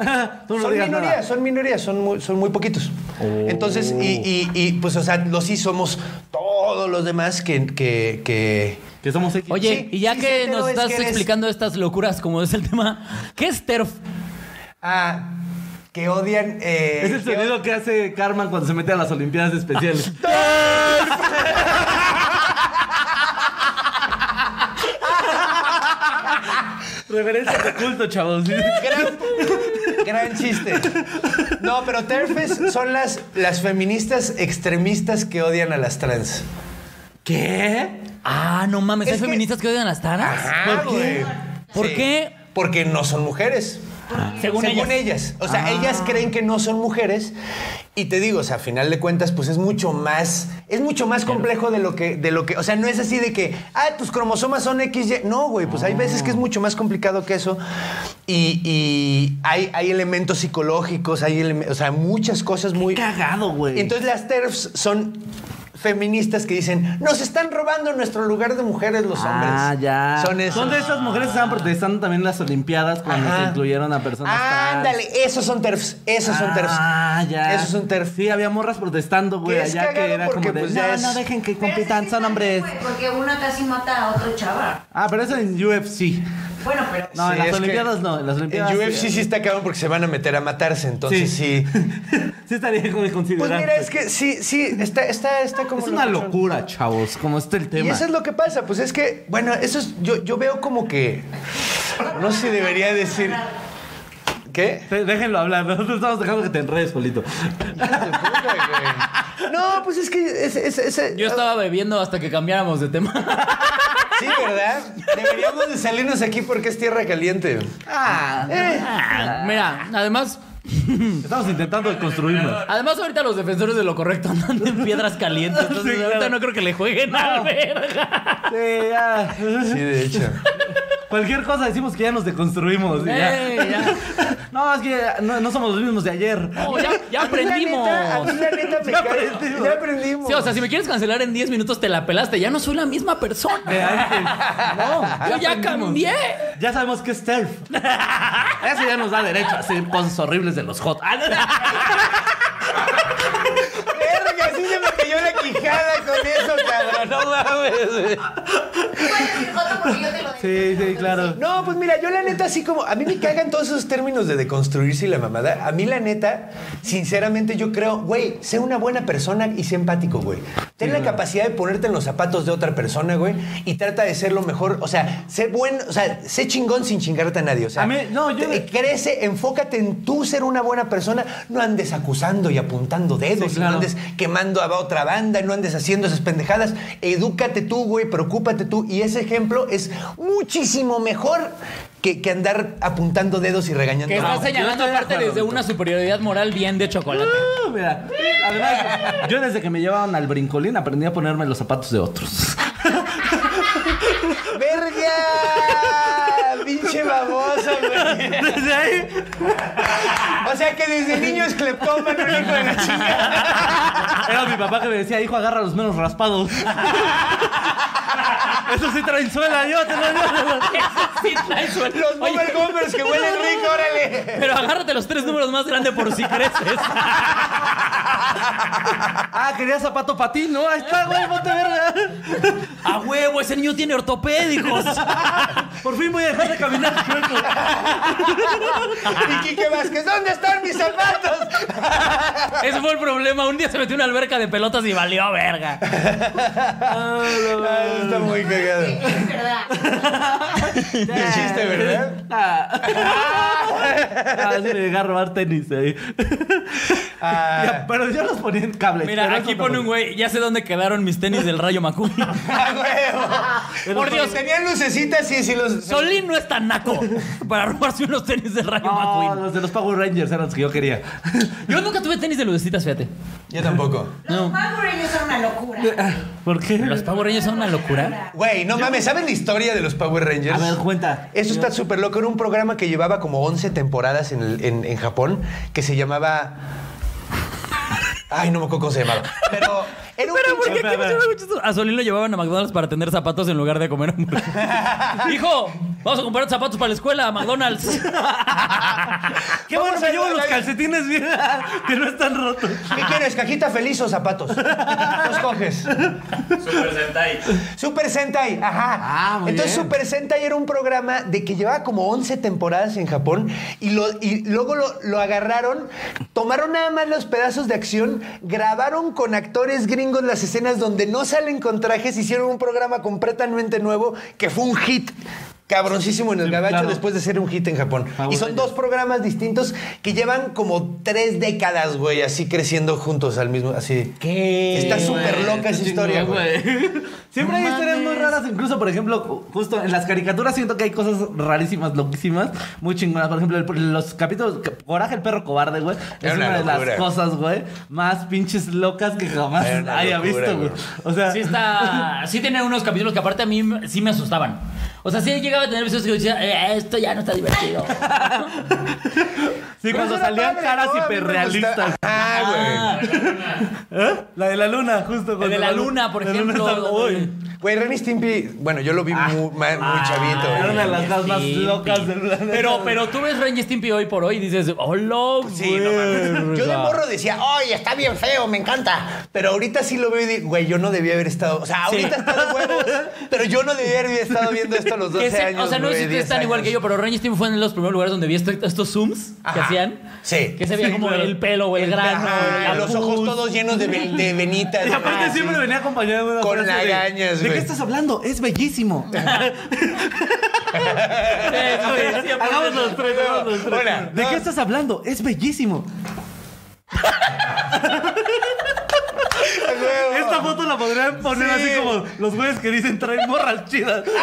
Speaker 1: Tú no
Speaker 3: son,
Speaker 1: digas
Speaker 3: minorías,
Speaker 1: nada.
Speaker 3: son minorías, son muy, son muy poquitos.
Speaker 1: Oh.
Speaker 3: Entonces, y, y- y, pues, o sea, los sí somos todos los demás que... que, que-
Speaker 1: Que somos X.
Speaker 2: Oye,
Speaker 3: Sí,
Speaker 2: y ya
Speaker 3: sí,
Speaker 2: que
Speaker 3: pero
Speaker 2: nos
Speaker 3: es
Speaker 2: estás
Speaker 3: que eres-
Speaker 2: explicando estas locuras como es el tema, ¿qué es TERF?
Speaker 3: ah, que odian... eh,
Speaker 1: es el
Speaker 3: que
Speaker 1: sonido que hace Carmen cuando se mete a las Olimpiadas
Speaker 3: [laughs]
Speaker 1: Especiales. Referencia de culto, chavos.
Speaker 3: Gran, [laughs] gran chiste. No, pero TERFs son las, las feministas extremistas que odian a las trans.
Speaker 1: ¿Qué?
Speaker 2: Ah, no mames, ¿hay
Speaker 3: Es que-
Speaker 2: feministas que odian a las taras?
Speaker 3: Ah, güey.
Speaker 2: ¿Por
Speaker 3: Sí.
Speaker 2: qué?
Speaker 3: Porque no son mujeres.
Speaker 2: Según, ellas.
Speaker 3: O sea,
Speaker 1: Ah.
Speaker 3: ellas creen que no son mujeres. Y te digo, o sea, a final de cuentas, pues es mucho más, es mucho más complejo de lo que, de lo que, o sea, no es así de que, ah, tus cromosomas son XY. No, güey,
Speaker 1: Ah.
Speaker 3: pues hay veces que es mucho más complicado que eso. Y, y hay, hay elementos psicológicos, hay, eleme- o sea, muchas cosas muy...
Speaker 1: Cagado, güey.
Speaker 3: Entonces las TERFs son feministas que dicen, nos están robando nuestro lugar de mujeres los hombres.
Speaker 1: Ah, ya.
Speaker 3: Son esos.
Speaker 1: de esas mujeres que estaban protestando también en las Olimpiadas cuando
Speaker 3: Ajá.
Speaker 1: se incluyeron a personas trans.
Speaker 3: Ándale, esos son TERFs, esos son TERFs.
Speaker 1: Ah, ya.
Speaker 3: Esos son TERFs.
Speaker 1: Sí, había morras protestando, güey,
Speaker 3: Que es
Speaker 1: allá que
Speaker 3: cagado
Speaker 1: era
Speaker 3: porque,
Speaker 1: como de,
Speaker 3: pues,
Speaker 1: no,
Speaker 3: ya es-
Speaker 1: no dejen que
Speaker 4: Pero
Speaker 1: compitan,
Speaker 4: sí
Speaker 1: son
Speaker 4: está bien,
Speaker 1: hombres.
Speaker 4: güey, Porque una casi mata a otro chaval.
Speaker 1: Ah, pero eso en UFC.
Speaker 4: Bueno, pero.
Speaker 1: No, en
Speaker 3: Sí,
Speaker 1: las
Speaker 3: es que
Speaker 1: Olimpiadas no, en las Olimpiadas.
Speaker 3: En UFC sí está cabrón porque se van a meter a matarse, entonces sí.
Speaker 1: [laughs] sí estaría como de
Speaker 3: Pues
Speaker 1: considerar.
Speaker 3: mira, es que sí, sí, está, está, está como.
Speaker 1: Es una
Speaker 3: locochón.
Speaker 1: locura, chavos, como está el
Speaker 3: Y
Speaker 1: tema.
Speaker 3: eso es lo que pasa, pues es que, bueno, eso es, yo, yo veo como que. No sé si debería decir. ¿Qué?
Speaker 1: [laughs] Te- Déjenlo hablar, nosotros estamos dejando que te enredes, Polito.
Speaker 3: No, pues es que. Es, es- es-
Speaker 2: Yo estaba bebiendo hasta que cambiáramos de tema.
Speaker 3: Sí, ¿verdad? Deberíamos de salirnos aquí porque es tierra caliente.
Speaker 2: Mira, además,
Speaker 1: Estamos intentando construirnos.
Speaker 2: además ahorita los defensores de lo correcto andan en piedras calientes. Entonces
Speaker 1: Sí,
Speaker 2: ahorita
Speaker 1: claro.
Speaker 2: no creo que le jueguen a verga.
Speaker 1: Sí, ya.
Speaker 3: Sí, de hecho.
Speaker 1: Cualquier cosa decimos que ya nos deconstruimos. y ya.
Speaker 3: Eh,
Speaker 2: Ey, ya.
Speaker 1: [laughs] No, es que no, no somos los mismos de ayer.
Speaker 2: No, ya, ya
Speaker 3: A mí
Speaker 2: aprendimos.
Speaker 3: la neta me
Speaker 1: Ya
Speaker 3: cae-
Speaker 1: aprendimos.
Speaker 3: Ya aprendimos.
Speaker 2: Sí, o sea, si me quieres cancelar en 10 minutos, te la pelaste. Ya no soy la misma persona.
Speaker 1: [laughs] De antes. No,
Speaker 2: Yo ya
Speaker 1: aprendimos.
Speaker 2: cambié.
Speaker 1: Ya sabemos que
Speaker 2: [laughs]
Speaker 1: es TERF. Eso ya nos da derecho a hacer cosas horribles de los
Speaker 2: [laughs]
Speaker 1: hot.
Speaker 3: Verga, sí se me cayó la quijada con eso, cabrón. No mames.
Speaker 4: Otro porque yo te lo
Speaker 1: Sí, sí, claro.
Speaker 3: No, pues mira, yo la neta así como... A mí me cagan todos esos términos de deconstruirse y la mamada. A mí la neta, sinceramente yo creo, güey, sé una buena persona y sé empático, güey. Ten la capacidad de ponerte en los zapatos de otra persona, güey, y trata de ser lo mejor. O sea, sé buen... O sea, sé chingón sin chingarte a nadie. O sea,
Speaker 1: A mí- no, yo-
Speaker 3: te- crece, enfócate en tú ser una buena persona. No andes acusando y apuntando dedos.
Speaker 1: Sí, claro.
Speaker 3: No andes quemando a otra banda, no andes haciendo esas pendejadas. Edúcate tú, güey, preocúpate tú. Y ese ejemplo es muchísimo mejor que, que andar apuntando dedos y regañando.
Speaker 2: Que
Speaker 3: a-
Speaker 2: estás
Speaker 1: yo
Speaker 2: señalando
Speaker 1: estoy de
Speaker 2: aparte
Speaker 1: acuerdo,
Speaker 2: desde
Speaker 1: Beto.
Speaker 2: una superioridad moral bien de chocolate.
Speaker 1: Uh, mira. Además, yo desde que me llevaban al brincolín aprendí a ponerme los zapatos
Speaker 2: [laughs]
Speaker 1: de otros.
Speaker 3: [laughs] ¡Verga! ¡Pinche baboso, güey!
Speaker 1: Desde ahí.
Speaker 3: O sea que desde niño es cleptómano, el hijo de la chingada.
Speaker 2: [laughs]
Speaker 1: Era mi papá que me decía, hijo, agarra los menos raspados. [laughs] Eso sí traen suela, llévatelo,
Speaker 2: [laughs]
Speaker 1: llévatelo.
Speaker 2: Sí, trae suela.
Speaker 3: Los
Speaker 2: Oye,
Speaker 3: Bubble Gummers que huelen rico, órale.
Speaker 2: Pero agárrate los tres números más grandes por si
Speaker 1: [laughs]
Speaker 2: creces.
Speaker 1: Ah, quería zapato para ti, ¿no? Ahí está, güey, ponte verga. [laughs]
Speaker 2: ¡A huevo! ¡Ese niño tiene [laughs] ortopédicos!
Speaker 1: Por fin voy a dejar de caminar chueco. [laughs]
Speaker 3: Y Quique Vázquez, ¿dónde están mis zapatos?
Speaker 2: Ese fue el problema. Un día se metió en una alberca de pelotas y valió verga.
Speaker 3: Ah, eso está muy cagado.
Speaker 2: [laughs]
Speaker 4: Es verdad.
Speaker 3: El chiste, [laughs] ¿verdad?
Speaker 1: Ah, sí me dejé robar tenis ahí. [laughs]
Speaker 3: Ah,
Speaker 1: Ya, pero yo los ponía en cable.
Speaker 2: Mira,
Speaker 1: pero
Speaker 2: aquí
Speaker 1: eso no
Speaker 2: pone un güey. Ya sé dónde quedaron mis tenis del Rayo
Speaker 1: [laughs]
Speaker 2: Macuno.
Speaker 3: ah, ¡A huevo!
Speaker 2: Por Dios.
Speaker 3: Tenían lucecitas y si los...
Speaker 2: Solín no es tan naco para robarse unos tenis del Rayo
Speaker 1: No,
Speaker 2: Macuno.
Speaker 1: los de los Power Rangers eran los que yo quería. [laughs]
Speaker 2: Yo nunca tuve tenis de lucecitas, fíjate.
Speaker 3: Yo tampoco.
Speaker 4: Los Power Rangers son una locura.
Speaker 1: ¿Por qué?
Speaker 2: Los Power Rangers son una locura.
Speaker 3: Güey, no mames, ¿saben la historia de los Power Rangers?
Speaker 1: A ver, cuenta.
Speaker 3: Eso está súper loco. Era un programa que llevaba como 11 temporadas en, el- en- en Japón que se llamaba. Ay, no me acuerdo cómo se llamaba. Pero era un pinche-
Speaker 1: qué? Espera, espera.
Speaker 2: A Solín lo llevaban a McDonald's para tender zapatos en lugar de comer
Speaker 1: [laughs]
Speaker 2: hamburguesas. Hijo, vamos a comprar zapatos para la escuela a McDonald's.
Speaker 1: Qué bueno
Speaker 3: Vamos
Speaker 1: que
Speaker 3: a-
Speaker 1: llevo los calcetines bien, que no están rotos.
Speaker 3: ¿Qué quieres? ¿Cajita feliz o zapatos? Los coges.
Speaker 5: Super Sentai.
Speaker 3: Super Sentai, ajá.
Speaker 1: Ah, muy
Speaker 3: Entonces
Speaker 1: bien.
Speaker 3: Super Sentai era un programa de que llevaba como 11 temporadas en Japón y, lo, y luego lo, lo agarraron, tomaron nada más los pedazos de acción, grabaron con actores gringos las escenas donde no salen con trajes, hicieron un programa completamente nuevo que fue un hit. Cabroncísimo en el
Speaker 1: Sí,
Speaker 3: gabacho
Speaker 1: claro.
Speaker 3: después de ser un hit en Japón.
Speaker 1: Power
Speaker 3: y son
Speaker 1: Rangers.
Speaker 3: dos programas distintos que llevan como tres décadas, güey, así creciendo juntos al mismo, así.
Speaker 1: Eh,
Speaker 2: ¿Qué?
Speaker 3: Está súper
Speaker 1: Güey,
Speaker 3: loca esa
Speaker 1: está
Speaker 3: historia,
Speaker 1: chingón,
Speaker 3: güey.
Speaker 1: güey. Siempre hay historias muy raras, incluso, por ejemplo, ju- justo en las caricaturas siento que hay cosas rarísimas, loquísimas, muy chingonas. Por ejemplo, el- los capítulos Coraje el perro cobarde, güey. Es
Speaker 3: Era una
Speaker 1: una de
Speaker 3: locura.
Speaker 1: las cosas, güey, más pinches locas que jamás
Speaker 3: Era una
Speaker 1: haya
Speaker 3: locura,
Speaker 1: visto, güey.
Speaker 3: güey.
Speaker 1: O sea,
Speaker 2: Sí está... Sí tenía unos capítulos que aparte a mí sí me asustaban. O sea, sí llegaba a tener episodios que decía, "Eh, esto ya no está
Speaker 1: [laughs]
Speaker 2: divertido.
Speaker 1: sí,
Speaker 3: Pero
Speaker 1: cuando
Speaker 3: eso era
Speaker 1: salían
Speaker 3: padre,
Speaker 1: caras
Speaker 3: ¿no? A mí me
Speaker 1: hiperrealistas.
Speaker 3: gustaba. Ah, güey.
Speaker 1: ¿Eh? La de la luna, justo. cuando
Speaker 2: de la luna, por
Speaker 1: la
Speaker 2: ejemplo,
Speaker 1: estaba-
Speaker 2: donde-
Speaker 1: uy.
Speaker 3: Güey, Ren y Stimpy, bueno, yo lo vi
Speaker 2: Ah.
Speaker 3: muy, ma- muy chavito.
Speaker 2: Ay,
Speaker 1: Era una de
Speaker 3: güey.
Speaker 1: las cosas más
Speaker 2: Stimpy.
Speaker 1: locas del planeta.
Speaker 2: Pero, pero tú ves Ren y Stimpy hoy por hoy y dices, hola,
Speaker 3: Sí, no mames. Yo de
Speaker 2: verga".
Speaker 3: morro decía, ¡ay, está bien feo, me encanta! Pero ahorita sí lo veo y digo, güey, yo no debía haber estado. O sea, ahorita está
Speaker 2: [laughs]
Speaker 3: de huevos, pero yo no debía haber estado viendo esto a los 12
Speaker 2: Que se-
Speaker 3: años.
Speaker 2: o sea, no
Speaker 3: güey,
Speaker 2: sé si ustedes
Speaker 3: 10
Speaker 2: están igual
Speaker 3: años.
Speaker 2: que yo, pero Ren y Stimpy fue uno de los primeros lugares donde vi esto- estos zooms que
Speaker 3: Ajá.
Speaker 2: hacían.
Speaker 3: Sí.
Speaker 2: Que se veía
Speaker 1: Sí,
Speaker 2: como
Speaker 1: claro.
Speaker 2: el pelo o el grano.
Speaker 3: Ajá,
Speaker 2: el
Speaker 3: los
Speaker 2: pus.
Speaker 3: ojos todos llenos de, ve- de venitas.
Speaker 2: Ah,
Speaker 1: Y aparte
Speaker 3: güey.
Speaker 1: siempre venía acompañado de una
Speaker 3: Con
Speaker 1: frase de,
Speaker 3: lagañas,
Speaker 1: ¿De
Speaker 3: güey.
Speaker 1: qué estás hablando? Es bellísimo.
Speaker 2: Sí, sí, sí, sí,
Speaker 1: hagamos los tres, hagamos los tres.
Speaker 3: Hola.
Speaker 1: ¿De qué estás hablando? Es bellísimo.
Speaker 3: A huevo.
Speaker 1: Esta foto la podrían poner
Speaker 3: Sí.
Speaker 1: así como los güeyes que dicen traen morras chidas.
Speaker 3: ¡No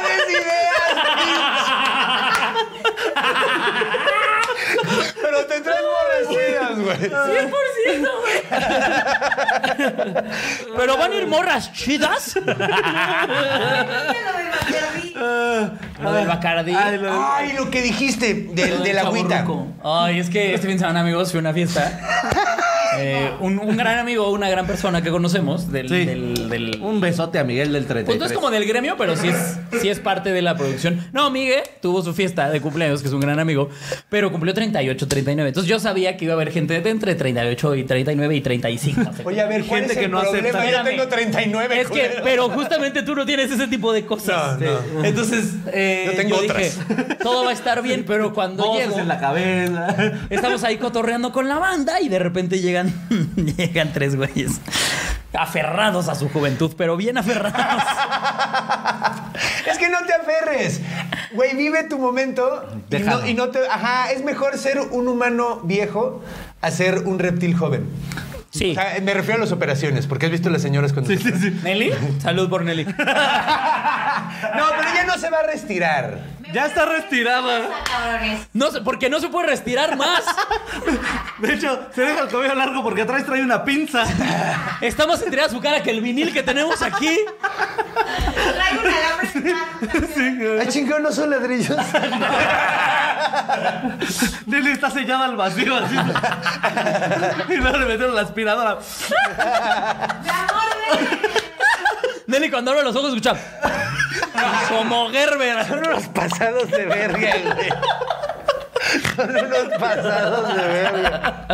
Speaker 3: des
Speaker 2: [laughs]
Speaker 3: ideas, bitch! [laughs] Pero te traes borrachidas, güey.
Speaker 2: 100%, güey. Pero van a ir morras
Speaker 3: [laughs]
Speaker 2: chidas.
Speaker 4: Mira lo de Bacardi.
Speaker 2: Lo del Bacardi.
Speaker 1: Ay, lo-
Speaker 3: Ay, lo que dijiste Ah, del, del agüita.
Speaker 2: Chavorruco. Ay, es que este fin de semana, amigos, fue una
Speaker 3: [laughs]
Speaker 2: fiesta. Eh, un, un gran amigo, una gran persona que conocemos del...
Speaker 1: Sí.
Speaker 2: del- del-
Speaker 1: Un besote a Miguel del 33.
Speaker 2: pues no es como del gremio, pero sí es, sí es parte de la producción. No, Miguel tuvo su fiesta de cumpleaños, que es un gran amigo, pero cumplió 38, 39. Entonces yo sabía que iba a haber gente de entre 38 y 39 y 35. O sea,
Speaker 3: [laughs] Oye, a ver, ¿cuál
Speaker 1: Gente
Speaker 3: es
Speaker 1: que
Speaker 3: el
Speaker 1: no acepta.
Speaker 3: problema? Yo
Speaker 2: Espérame.
Speaker 3: tengo 39,
Speaker 2: Es que,
Speaker 3: culero.
Speaker 2: pero justamente tú no tienes ese tipo de cosas.
Speaker 3: No,
Speaker 2: Entonces, eh,
Speaker 3: Yo tengo
Speaker 2: dije,
Speaker 3: [laughs]
Speaker 2: todo va a estar bien, pero cuando
Speaker 1: Voces
Speaker 2: llego,
Speaker 1: en la cabeza.
Speaker 2: estamos ahí cotorreando con la banda y de repente llegan, [laughs] llegan tres güeyes aferrados a su juventud, pero bien aferrados.
Speaker 3: Es que no te aferres. Güey, vive tu momento. Y
Speaker 1: Déjalo.
Speaker 3: no, y no te... Ajá, es mejor ser un humano viejo a ser un reptil joven. O
Speaker 2: Sí.
Speaker 3: sea, me refiero a las operaciones, porque has visto las señoras cuando...
Speaker 1: Sí, sí, sí.
Speaker 2: Nelly, salud por Nelly.
Speaker 3: [laughs] No, pero ella no se va a retirar.
Speaker 1: [laughs] Ya está retirada.
Speaker 4: Ah, cabrones.
Speaker 2: No, se- porque no se puede retirar más.
Speaker 1: De hecho, se deja el cabello largo porque atrás trae
Speaker 2: [laughs]
Speaker 1: una pinza.
Speaker 2: Estamos entre a su cara que el vinil que tenemos aquí.
Speaker 4: Traigo un alambre de pato.
Speaker 3: Ah, chingón, no son ladrillos. [laughs]
Speaker 1: Nelly está sellada
Speaker 2: [laughs]
Speaker 1: al [laughs] vacío así. y luego le metieron la aspiradora.
Speaker 4: ¡La mordé!
Speaker 2: Nelly cuando abre los ojos escucha. Como Gerber.
Speaker 3: unos pasados de verga, güey. Son unos pasados de verga.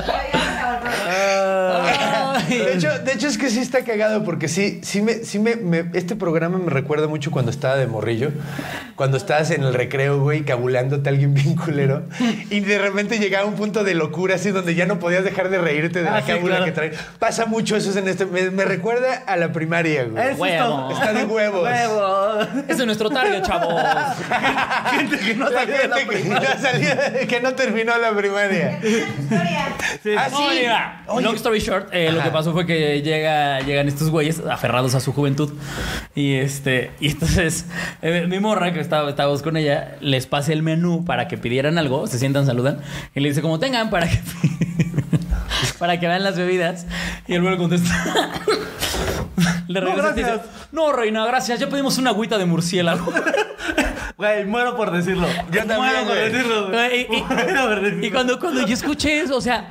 Speaker 3: De hecho, de hecho, es que sí está cagado porque sí, sí me, sí me, me- este programa me recuerda mucho cuando estaba de morrillo, cuando estabas en el recreo, güey, cabulándote a alguien bien culero y de repente llegaba un punto de locura así donde ya no podías dejar de reírte de la
Speaker 1: Ah, sí,
Speaker 3: cábula
Speaker 1: claro.
Speaker 3: que traes. Pasa mucho eso en este, me, me recuerda a la primaria, güey.
Speaker 1: Eso
Speaker 2: Huevo.
Speaker 3: Está de
Speaker 1: [laughs]
Speaker 3: huevos.
Speaker 1: Huevo.
Speaker 2: Ese es nuestro target, chavos.
Speaker 1: Gente que [laughs] no
Speaker 3: La
Speaker 1: salió de la
Speaker 3: gente que,
Speaker 1: primaria.
Speaker 3: no salía- que no terminó la primaria.
Speaker 1: Sí.
Speaker 3: Ah, sí.
Speaker 2: Oiga,
Speaker 3: Oye.
Speaker 2: Long story short, eh, lo
Speaker 3: Ajá.
Speaker 2: que pasó fue que llega, llegan estos güeyes aferrados a su juventud. Y este, y entonces [laughs] eh, mi morra, que estaba, estábamos con ella, les pasa el menú para que pidieran algo, se sientan, saludan, y le dice como tengan para que [laughs] para que vean las bebidas. Y el güey le contesta. [laughs] Le regresa y te dice,
Speaker 1: gracias.
Speaker 2: no, reina, gracias. Ya pedimos una agüita de murciélago. [laughs]
Speaker 1: Güey, muero por decirlo.
Speaker 3: Yo también,
Speaker 1: Muero por
Speaker 3: güey.
Speaker 1: decirlo.
Speaker 2: Güey, y-
Speaker 1: [laughs]
Speaker 2: y-
Speaker 1: Muero por decirlo.
Speaker 2: Y cuando, cuando yo escuché eso, o sea,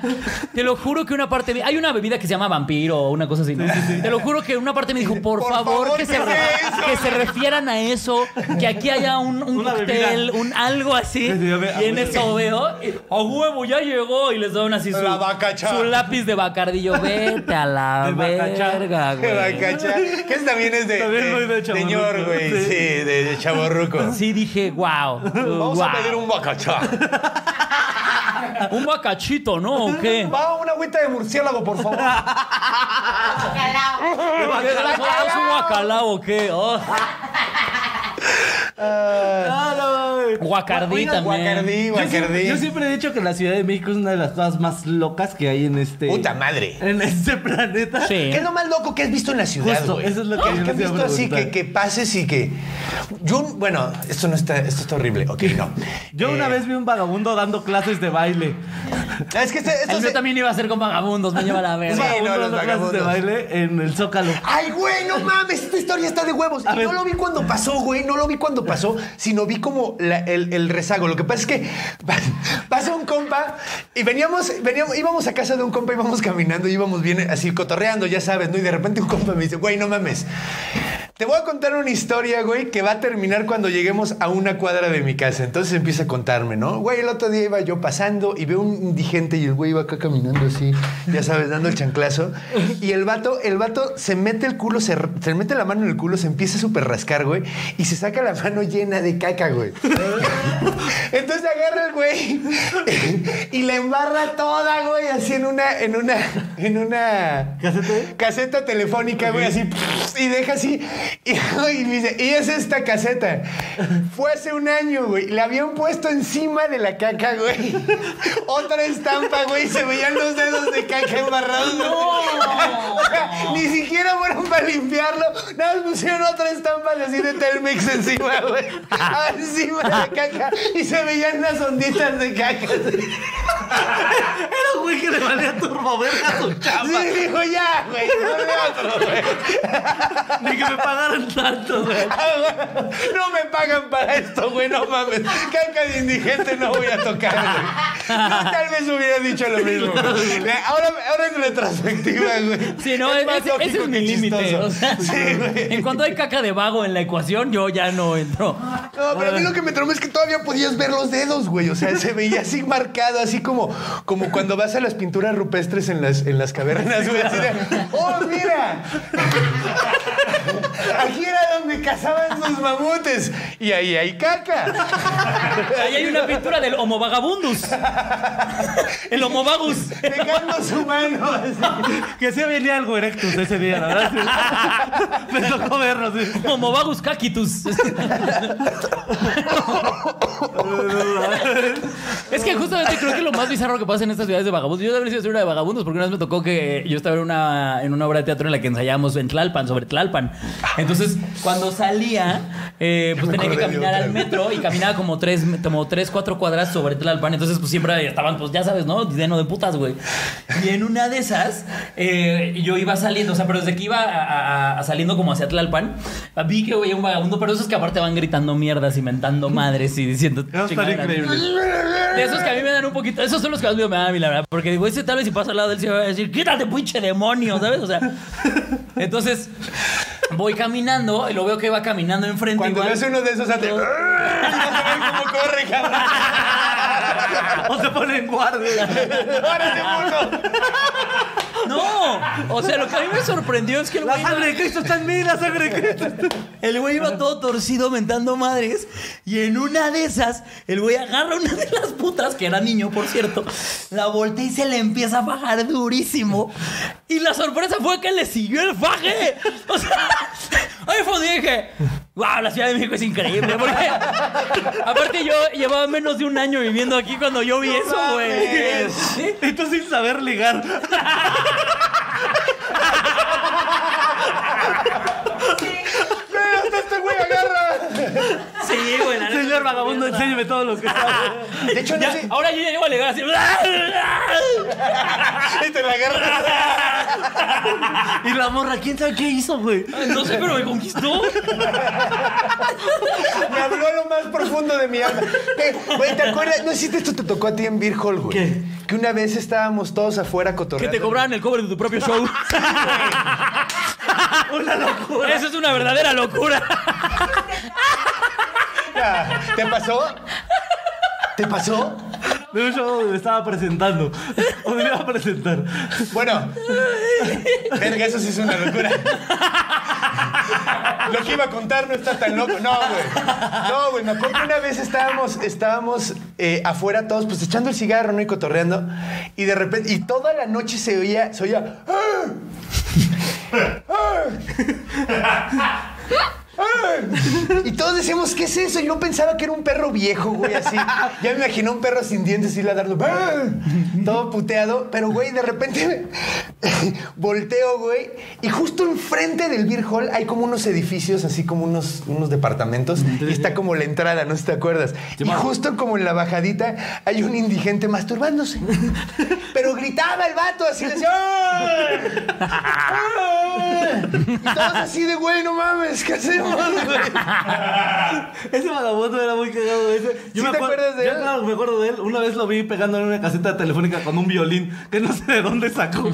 Speaker 2: te lo juro que una parte. de mí- Hay una bebida que se llama vampiro o una cosa así. ¿no? Te lo juro que una parte me dijo, por,
Speaker 3: Por
Speaker 2: favor,
Speaker 3: favor,
Speaker 2: que,
Speaker 3: ¿qué
Speaker 2: se, re-
Speaker 3: es eso?
Speaker 2: que se refieran a eso, que aquí haya un, un
Speaker 1: Una
Speaker 2: cóctel,
Speaker 1: bebida.
Speaker 2: un algo así.
Speaker 1: Sí, sí, a ver, a
Speaker 2: Y en
Speaker 1: ver.
Speaker 2: eso veo, y, a huevo, ya llegó. Y les daban así su,
Speaker 3: La bacacha.
Speaker 2: su lápiz de bacardillo. Vete a la
Speaker 1: De bacacha.
Speaker 2: verga,
Speaker 3: Que [laughs] va a
Speaker 2: güey.
Speaker 3: cachar. Que ese también es de,
Speaker 1: También
Speaker 3: de,
Speaker 1: muy de chavorruco.
Speaker 3: ñor, güey. Sí,
Speaker 1: Sí.
Speaker 3: de, de chavorruco.
Speaker 2: Sí, dije, wow.
Speaker 3: Vamos a pedir un bacachá.
Speaker 2: un bacachito, ¿no? ¿O
Speaker 3: [laughs]
Speaker 2: qué?
Speaker 3: [laughs] Va una agüita de murciélago, por favor.
Speaker 2: ¿Es un guacalao o qué? Oh. Guacardí también.
Speaker 1: Oigan,
Speaker 3: Guacardí,
Speaker 1: Yo siempre,
Speaker 3: guacardí.
Speaker 1: yo siempre he dicho que la Ciudad de México es una de las cosas más locas que hay en este.
Speaker 3: Puta madre.
Speaker 1: En este planeta.
Speaker 2: Sí.
Speaker 3: ¿Qué es lo más loco que has visto en la ciudad,
Speaker 1: Justo,
Speaker 3: güey?
Speaker 1: eso es lo que yo
Speaker 3: ¿Qué has
Speaker 1: te iba a
Speaker 3: visto así que,
Speaker 1: preguntar.
Speaker 3: que pases y que... Yo, bueno, esto no está... Esto está horrible. Ok, no.
Speaker 1: Yo
Speaker 3: Eh,
Speaker 1: una vez vi un vagabundo dando clases de baile.
Speaker 3: Es que este- esto
Speaker 2: El mío
Speaker 3: se-
Speaker 2: también iba a ser con vagabundos, me lleva la
Speaker 1: Un
Speaker 2: verga.
Speaker 3: Sí.
Speaker 1: vagabundo
Speaker 3: no, los
Speaker 1: dando clases de
Speaker 3: vagabundos.
Speaker 1: baile en el Zócalo.
Speaker 3: ¡Ay, güey! ¡No mames! Esta historia está de huevos.
Speaker 1: A
Speaker 3: Y
Speaker 1: ver.
Speaker 3: no lo vi cuando pasó, güey. No lo vi cuando pasó, sino vi como la- el, el rezago. Lo que pasa es que [laughs] pa- pasa un compa y veníamos, veníamos, íbamos a casa de un compa, íbamos caminando, íbamos bien así cotorreando, ya sabes, ¿no? Y de repente un compa me dice, güey, no mames. Te voy a contar una historia, güey, que va a terminar cuando lleguemos a una cuadra de mi casa. Entonces empieza a contarme, ¿no? Güey, el otro día iba yo pasando y veo un indigente y el güey iba acá caminando así, ya sabes, dando el chanclazo. Y el vato, el vato se mete el culo, se, se mete la mano en el culo, se empieza a super rascar, güey, y se saca la mano llena de caca, güey. Entonces agarra el güey [laughs] y la embarra toda, güey, así en una, en una, en una
Speaker 1: ¿Casete?
Speaker 3: caseta telefónica, güey, así y deja así y, [laughs] y me dice, y es esta caseta. Fue hace un año, güey, la habían puesto encima de la caca, güey. Otra estampa, güey, se veían los dedos de caca embarrados. O sea, Ni siquiera fueron para limpiarlo, nada más pusieron otra estampa así de Telmex encima, güey. Encima de la caca y se veían las onditas de caca. así.
Speaker 1: Era un Ah, güey que le valía turboverga a su
Speaker 3: Sí,
Speaker 1: chamba.
Speaker 3: dijo ya, güey, no le otro, güey.
Speaker 1: Ni que me pagaran tanto, güey.
Speaker 3: No me pagan para esto, güey, no mames. Caca de indigente no voy a tocar, güey. Yo tal vez hubiera dicho lo mismo. güey. Le- Ahora, ahora en retrospectiva, güey.
Speaker 2: Sí, no,
Speaker 3: más
Speaker 2: ese, ese
Speaker 3: lógico
Speaker 2: es mi
Speaker 3: que
Speaker 2: límite.
Speaker 3: chistoso.
Speaker 2: o sea,
Speaker 3: Sí,
Speaker 2: [laughs]
Speaker 3: güey.
Speaker 2: en cuanto hay caca de vago en la ecuación, yo ya no entro.
Speaker 3: No, pero a mí lo que me trauma es que todavía podías ver los dedos, güey. O sea, se veía así marcado, así como, como cuando vas a las pinturas rupestres en las, en las cavernas, güey. Así de, ¡oh, mira! Aquí era donde cazaban sus mamutes. Y ahí hay caca.
Speaker 2: Ahí hay una pintura del Homo vagabundus. El Homo vagus.
Speaker 3: Pegando su mano. así.
Speaker 1: Que sí venía algo erectus ese día, la verdad. [laughs] sí. Me tocó verlo, sí.
Speaker 2: Homo vagus cacitus. Es que justamente creo que lo más bizarro que pasa en estas ciudades de vagabundos. Yo debería ser una de vagabundos porque una vez me tocó que yo estaba en una, en una obra de teatro en la que ensayábamos en Tlalpan, sobre Tlalpan. Entonces, cuando salía, eh, pues
Speaker 3: me
Speaker 2: tenía que
Speaker 3: acordé de
Speaker 2: caminar
Speaker 3: otra,
Speaker 2: al
Speaker 3: güey.
Speaker 2: metro y caminaba como tres, como tres, cuatro cuadras sobre Tlalpan. Entonces, pues siempre estaban, pues ya sabes, ¿no? Lleno de putas, güey. Y en una de esas, eh, yo iba saliendo, o sea, pero desde que iba a- a- a- saliendo como hacia Tlalpan, vi que veía un vagabundo, pero esos que aparte van gritando mierdas, inventando madres y diciendo.
Speaker 1: Eso está
Speaker 2: chingaderas.
Speaker 1: increíble.
Speaker 2: de esos que a mí me dan un poquito. Esos son los que más miedo me dan a mí, la verdad. Porque digo, ese tal vez si pasa al lado de él se va a decir, quítate, pinche demonio, ¿sabes? O sea. Entonces, voy caminando y lo veo que va caminando enfrente.
Speaker 3: Cuando
Speaker 2: igual.
Speaker 3: ves uno de esos, hace. "Arr", y no saben cómo corre, cabrón.
Speaker 1: O se pone en guardia.
Speaker 3: [laughs] ¡Ahora ese mundo!
Speaker 2: No, o sea, lo que a mí me sorprendió es que el
Speaker 1: La
Speaker 2: güey iba,
Speaker 1: sangre de Cristo está en mí, la sangre de Cristo.
Speaker 2: el güey iba todo torcido mentando madres y en una de esas el güey agarra una de las putas que era niño, por cierto, la voltea y se le empieza a bajar durísimo y la sorpresa fue que le siguió el faje. O sea, ahí fue donde dije, wow, la Ciudad de México es increíble porque aparte yo llevaba menos de un año viviendo aquí cuando yo vi eso, güey. Sí.
Speaker 1: Y tú sin saber ligar.
Speaker 3: ¡Pero hasta este güey agarra!
Speaker 2: Sí, güey. la neta
Speaker 1: Señor
Speaker 2: es
Speaker 1: vagabundo,
Speaker 2: curiosa.
Speaker 1: enséñeme todo lo que sabe.
Speaker 3: De hecho, no
Speaker 2: Ya,
Speaker 3: sé.
Speaker 2: ahora yo ya llevo a llegar así.
Speaker 3: Y te la agarra.
Speaker 1: Y la morra, ¿quién sabe qué hizo, güey?
Speaker 2: No sé, pero me conquistó.
Speaker 3: Me habló lo más profundo de mi alma. Eh, Güey, ¿te acuerdas? No sé si esto te tocó a ti en Beer Hall, güey.
Speaker 1: ¿Qué?
Speaker 3: Que una vez estábamos todos afuera
Speaker 2: Que
Speaker 3: cotorreando.
Speaker 2: te cobraran el cover de tu propio [laughs] show.
Speaker 1: Una locura.
Speaker 2: Eso es una verdadera locura.
Speaker 3: Ah, ¿Te pasó? ¿Te pasó?
Speaker 1: De un show donde me estaba presentando. Donde me iba a presentar. [laughs]
Speaker 3: Bueno. Verga, eso sí es una locura. Lo que iba a contar no está tan loco. No, güey. No, güey. Me acuerdo que una vez estábamos, estábamos eh, afuera todos, pues echando el cigarro, ¿no? Y cotorreando. Y de repente, y toda la noche se oía, se oía. "Ah, ah, ah". Y todos decíamos, ¿qué es eso? Yo pensaba que era un perro viejo, güey, así. Ya me imaginé un perro sin dientes y ladrando. "Ah", Todo puteado. Pero, güey, de repente [laughs] volteo, güey. Y justo enfrente del Beer Hall hay como unos edificios, así como unos, unos departamentos. Y está como la entrada, no sé si te acuerdas. Y justo como en la bajadita hay un indigente masturbándose. Pero gritaba el vato, así le decía. "¡Ay! ¡Ay!". Y todos así de, güey, no mames, ¿qué hacemos, güey?
Speaker 1: Ese vagabundo era muy cagado. Ese.
Speaker 3: ¿Sí te
Speaker 1: acuer-
Speaker 3: acuerdas de
Speaker 1: yo,
Speaker 3: él?
Speaker 1: claro, me acuerdo de él. Una vez lo vi pegando en una caseta telefónica con un violín que no sé de dónde sacó.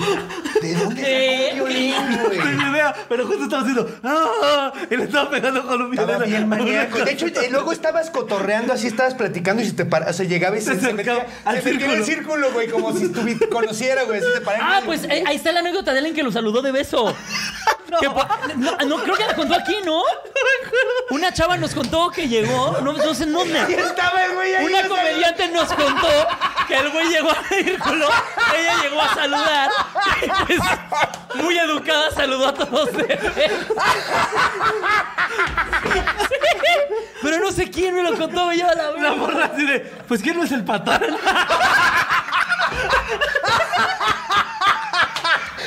Speaker 3: ¿De dónde sacó un violín,
Speaker 1: No [laughs]
Speaker 3: güey?
Speaker 1: tengo idea, pero justo estaba haciendo. ¡Ah! Y le estaba pegando con un violín.
Speaker 3: Estaba bien
Speaker 1: Una
Speaker 3: maníaco. De hecho, eh, luego estabas cotorreando, así estabas platicando y se te paraba. O sea, llegaba y se,
Speaker 1: Se
Speaker 3: se metía,
Speaker 1: acercaba al
Speaker 3: se metía en el círculo, güey, como si estuvi- conociera, güey. Así se paraba.
Speaker 2: Ah, pues eh, ahí está la anécdota de alguien que lo saludó de beso. Que po- [laughs] No. no, creo que la contó aquí, ¿no? Una chava nos contó que llegó, no, no sé en
Speaker 3: Y
Speaker 2: dónde.
Speaker 3: estaba el güey ahí.
Speaker 2: Una
Speaker 3: así.
Speaker 2: comediante nos contó que el güey llegó al círculo, ella llegó a saludar, y pues, muy educada saludó a todos de Sí, Pero no sé quién me lo contó, me lleva la verga.
Speaker 1: morra así de. Pues quién no es el patán.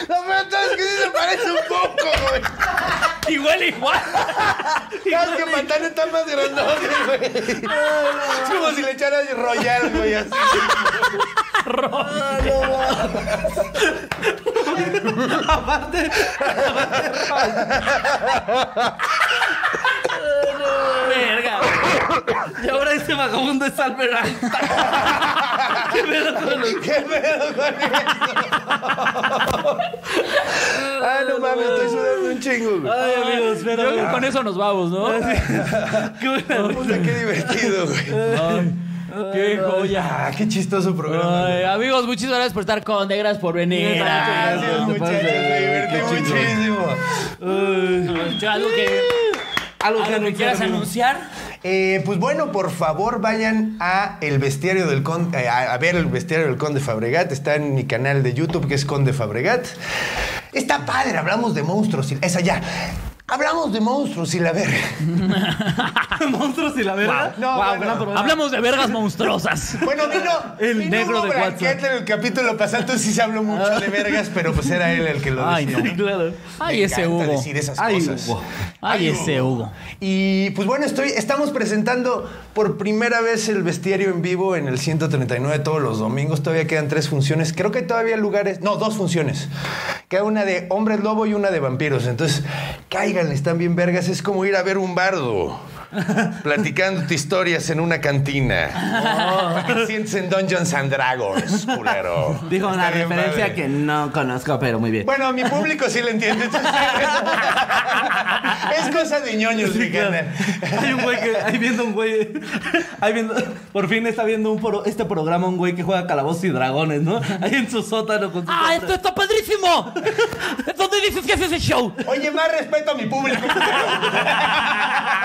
Speaker 3: No, pero entonces que sí se parece un poco, güey.
Speaker 2: Igual, igual.
Speaker 3: Cada que Pantano está más grandote, güey. Es como si le echaras Royal, güey, así.
Speaker 1: Aparte.
Speaker 2: Verga.
Speaker 1: Y ahora ese vagabundo es Albert Einstein. ¿Qué pedo con los-
Speaker 3: ¿Qué pedo con eso? Ah, no mames, estoy sudando un chingo, güey.
Speaker 1: Ay, amigos, pero.
Speaker 2: Yo creo que con eso nos vamos, ¿no?
Speaker 1: Qué buena
Speaker 3: Puta, qué divertido, güey.
Speaker 2: Qué joya.
Speaker 3: Ah, qué chistoso programa.
Speaker 2: Ay, amigos, muchísimas gracias por estar con Negras por venir.
Speaker 3: Gracias,
Speaker 1: Te
Speaker 3: muchachos,
Speaker 1: pases,
Speaker 3: me
Speaker 1: qué
Speaker 3: divertí
Speaker 1: chingón.
Speaker 3: muchísimo.
Speaker 2: Algo que,
Speaker 1: Algo
Speaker 2: algo que quieras anunciar.
Speaker 3: Eh, pues bueno, por favor vayan a el bestiario del conde, eh, a, a ver el bestiario del conde Fabregat. Está en mi canal de YouTube que es Conde Fabregat. Está padre, hablamos de monstruos. Y, es allá. Hablamos de monstruos y la verga.
Speaker 1: [laughs] Monstruos y la verdad.
Speaker 3: Wow. No, bueno.
Speaker 1: gran programa.
Speaker 2: Hablamos de vergas monstruosas. [laughs]
Speaker 3: Bueno, vino
Speaker 1: El
Speaker 3: vino
Speaker 1: negro
Speaker 3: Hugo
Speaker 1: de
Speaker 3: Branquet
Speaker 1: WhatsApp.
Speaker 3: en el capítulo pasado, entonces sí se habló mucho de vergas, pero pues era él el que lo
Speaker 2: Ay,
Speaker 3: decía.
Speaker 2: no.
Speaker 1: Sí, claro.
Speaker 2: Ay,
Speaker 3: Me
Speaker 2: ese
Speaker 3: encanta
Speaker 2: Hugo.
Speaker 3: decir esas
Speaker 1: Ay,
Speaker 3: cosas.
Speaker 1: Hugo.
Speaker 2: Ay, ese Hugo.
Speaker 3: Y pues bueno, estoy, estamos presentando por primera vez el bestiario en vivo en el 139 todos los domingos. Todavía quedan tres funciones. Creo que todavía hay lugares. No, dos funciones. Queda una de
Speaker 6: [laughs]
Speaker 3: hombres lobo y una de vampiros. Entonces, cáiganle, están bien vergas. Es como ir a ver un bardo. platicándote historias en una
Speaker 6: Oh.
Speaker 3: cantina. Te Sientes en Dungeons and Dragons, culero.
Speaker 6: Dijo una
Speaker 3: Está bien
Speaker 6: referencia
Speaker 3: padre.
Speaker 6: que no conozco, pero muy bien.
Speaker 3: Bueno, a mi público sí le entiende. [laughs] entonces- es cosa de ñoños,
Speaker 1: Sí, claro. [laughs]
Speaker 3: Ricardo.
Speaker 1: Hay un güey que. Ahí viendo un güey. [laughs] ahí viendo- por fin está viendo un pro- este programa un güey que juega calabozos y dragones, ¿no? Ahí en su sótano con su.
Speaker 2: ¡Ah, esto está padrísimo! ¿Dónde dices que haces ese show?
Speaker 3: Oye, más respeto a mi público.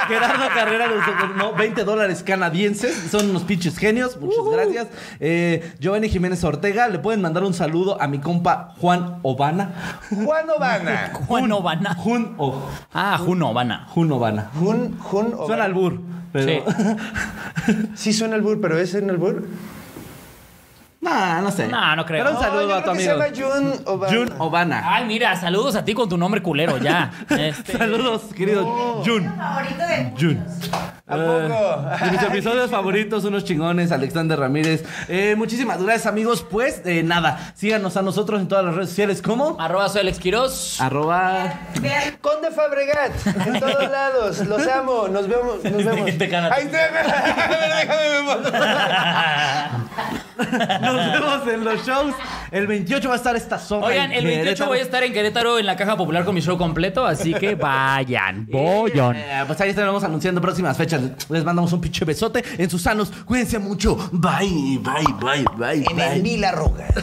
Speaker 1: Gerardo Carrera nos no, 20 dólares canadienses. Son unos pinches genios. Muchas gracias. Eh, Giovanni Jiménez Ortega. Le pueden mandar un saludo a mi compa Juan Obana.
Speaker 3: Juan Obana.
Speaker 2: Juan Ovana.
Speaker 1: Jun O.
Speaker 2: Ah, Juno Ovana.
Speaker 1: Jun Obana.
Speaker 3: Jun, Jun Obana.
Speaker 1: Suena al bur. Pero... [laughs]
Speaker 2: Sí.
Speaker 3: Sí suena albur, pero ¿es en albur?
Speaker 6: No, no sé.
Speaker 2: No, no
Speaker 1: Pero
Speaker 2: creo.
Speaker 1: un saludo
Speaker 3: No, yo
Speaker 1: a tu
Speaker 3: creo que
Speaker 1: amigo.
Speaker 3: Se llama Jun Obana.
Speaker 6: Jun Obana.
Speaker 2: Ay, mira, saludos a ti con tu nombre culero, [laughs] ya. Este,
Speaker 1: Saludos, querido Jun.
Speaker 4: favorito de
Speaker 1: Jun.
Speaker 3: ¿A poco?
Speaker 1: De mis episodios favoritos, unos chingones, Alexander Ramírez. Eh, muchísimas gracias, amigos. Pues eh, nada, síganos a nosotros en todas las redes sociales como
Speaker 2: Arroba soy Alex Quiroz.
Speaker 6: Arroba.
Speaker 4: Vean,
Speaker 3: Conde Fabregat, en todos lados, los amo, nos vemos, nos [laughs] vemos.
Speaker 2: De Canadá.
Speaker 3: Ahí está, déjame, me muero.
Speaker 1: nos vemos en los shows. El 28 va a estar esta zona.
Speaker 2: Oigan, el 28 voy a estar en Querétaro en la caja popular con mi show completo, así que vayan. Vayan.
Speaker 1: Eh, pues ahí estaremos anunciando próximas fechas. Les mandamos un pinche besote en sus sanos. Cuídense mucho. Bye, bye, bye, bye.
Speaker 3: En el Mil Arrugas.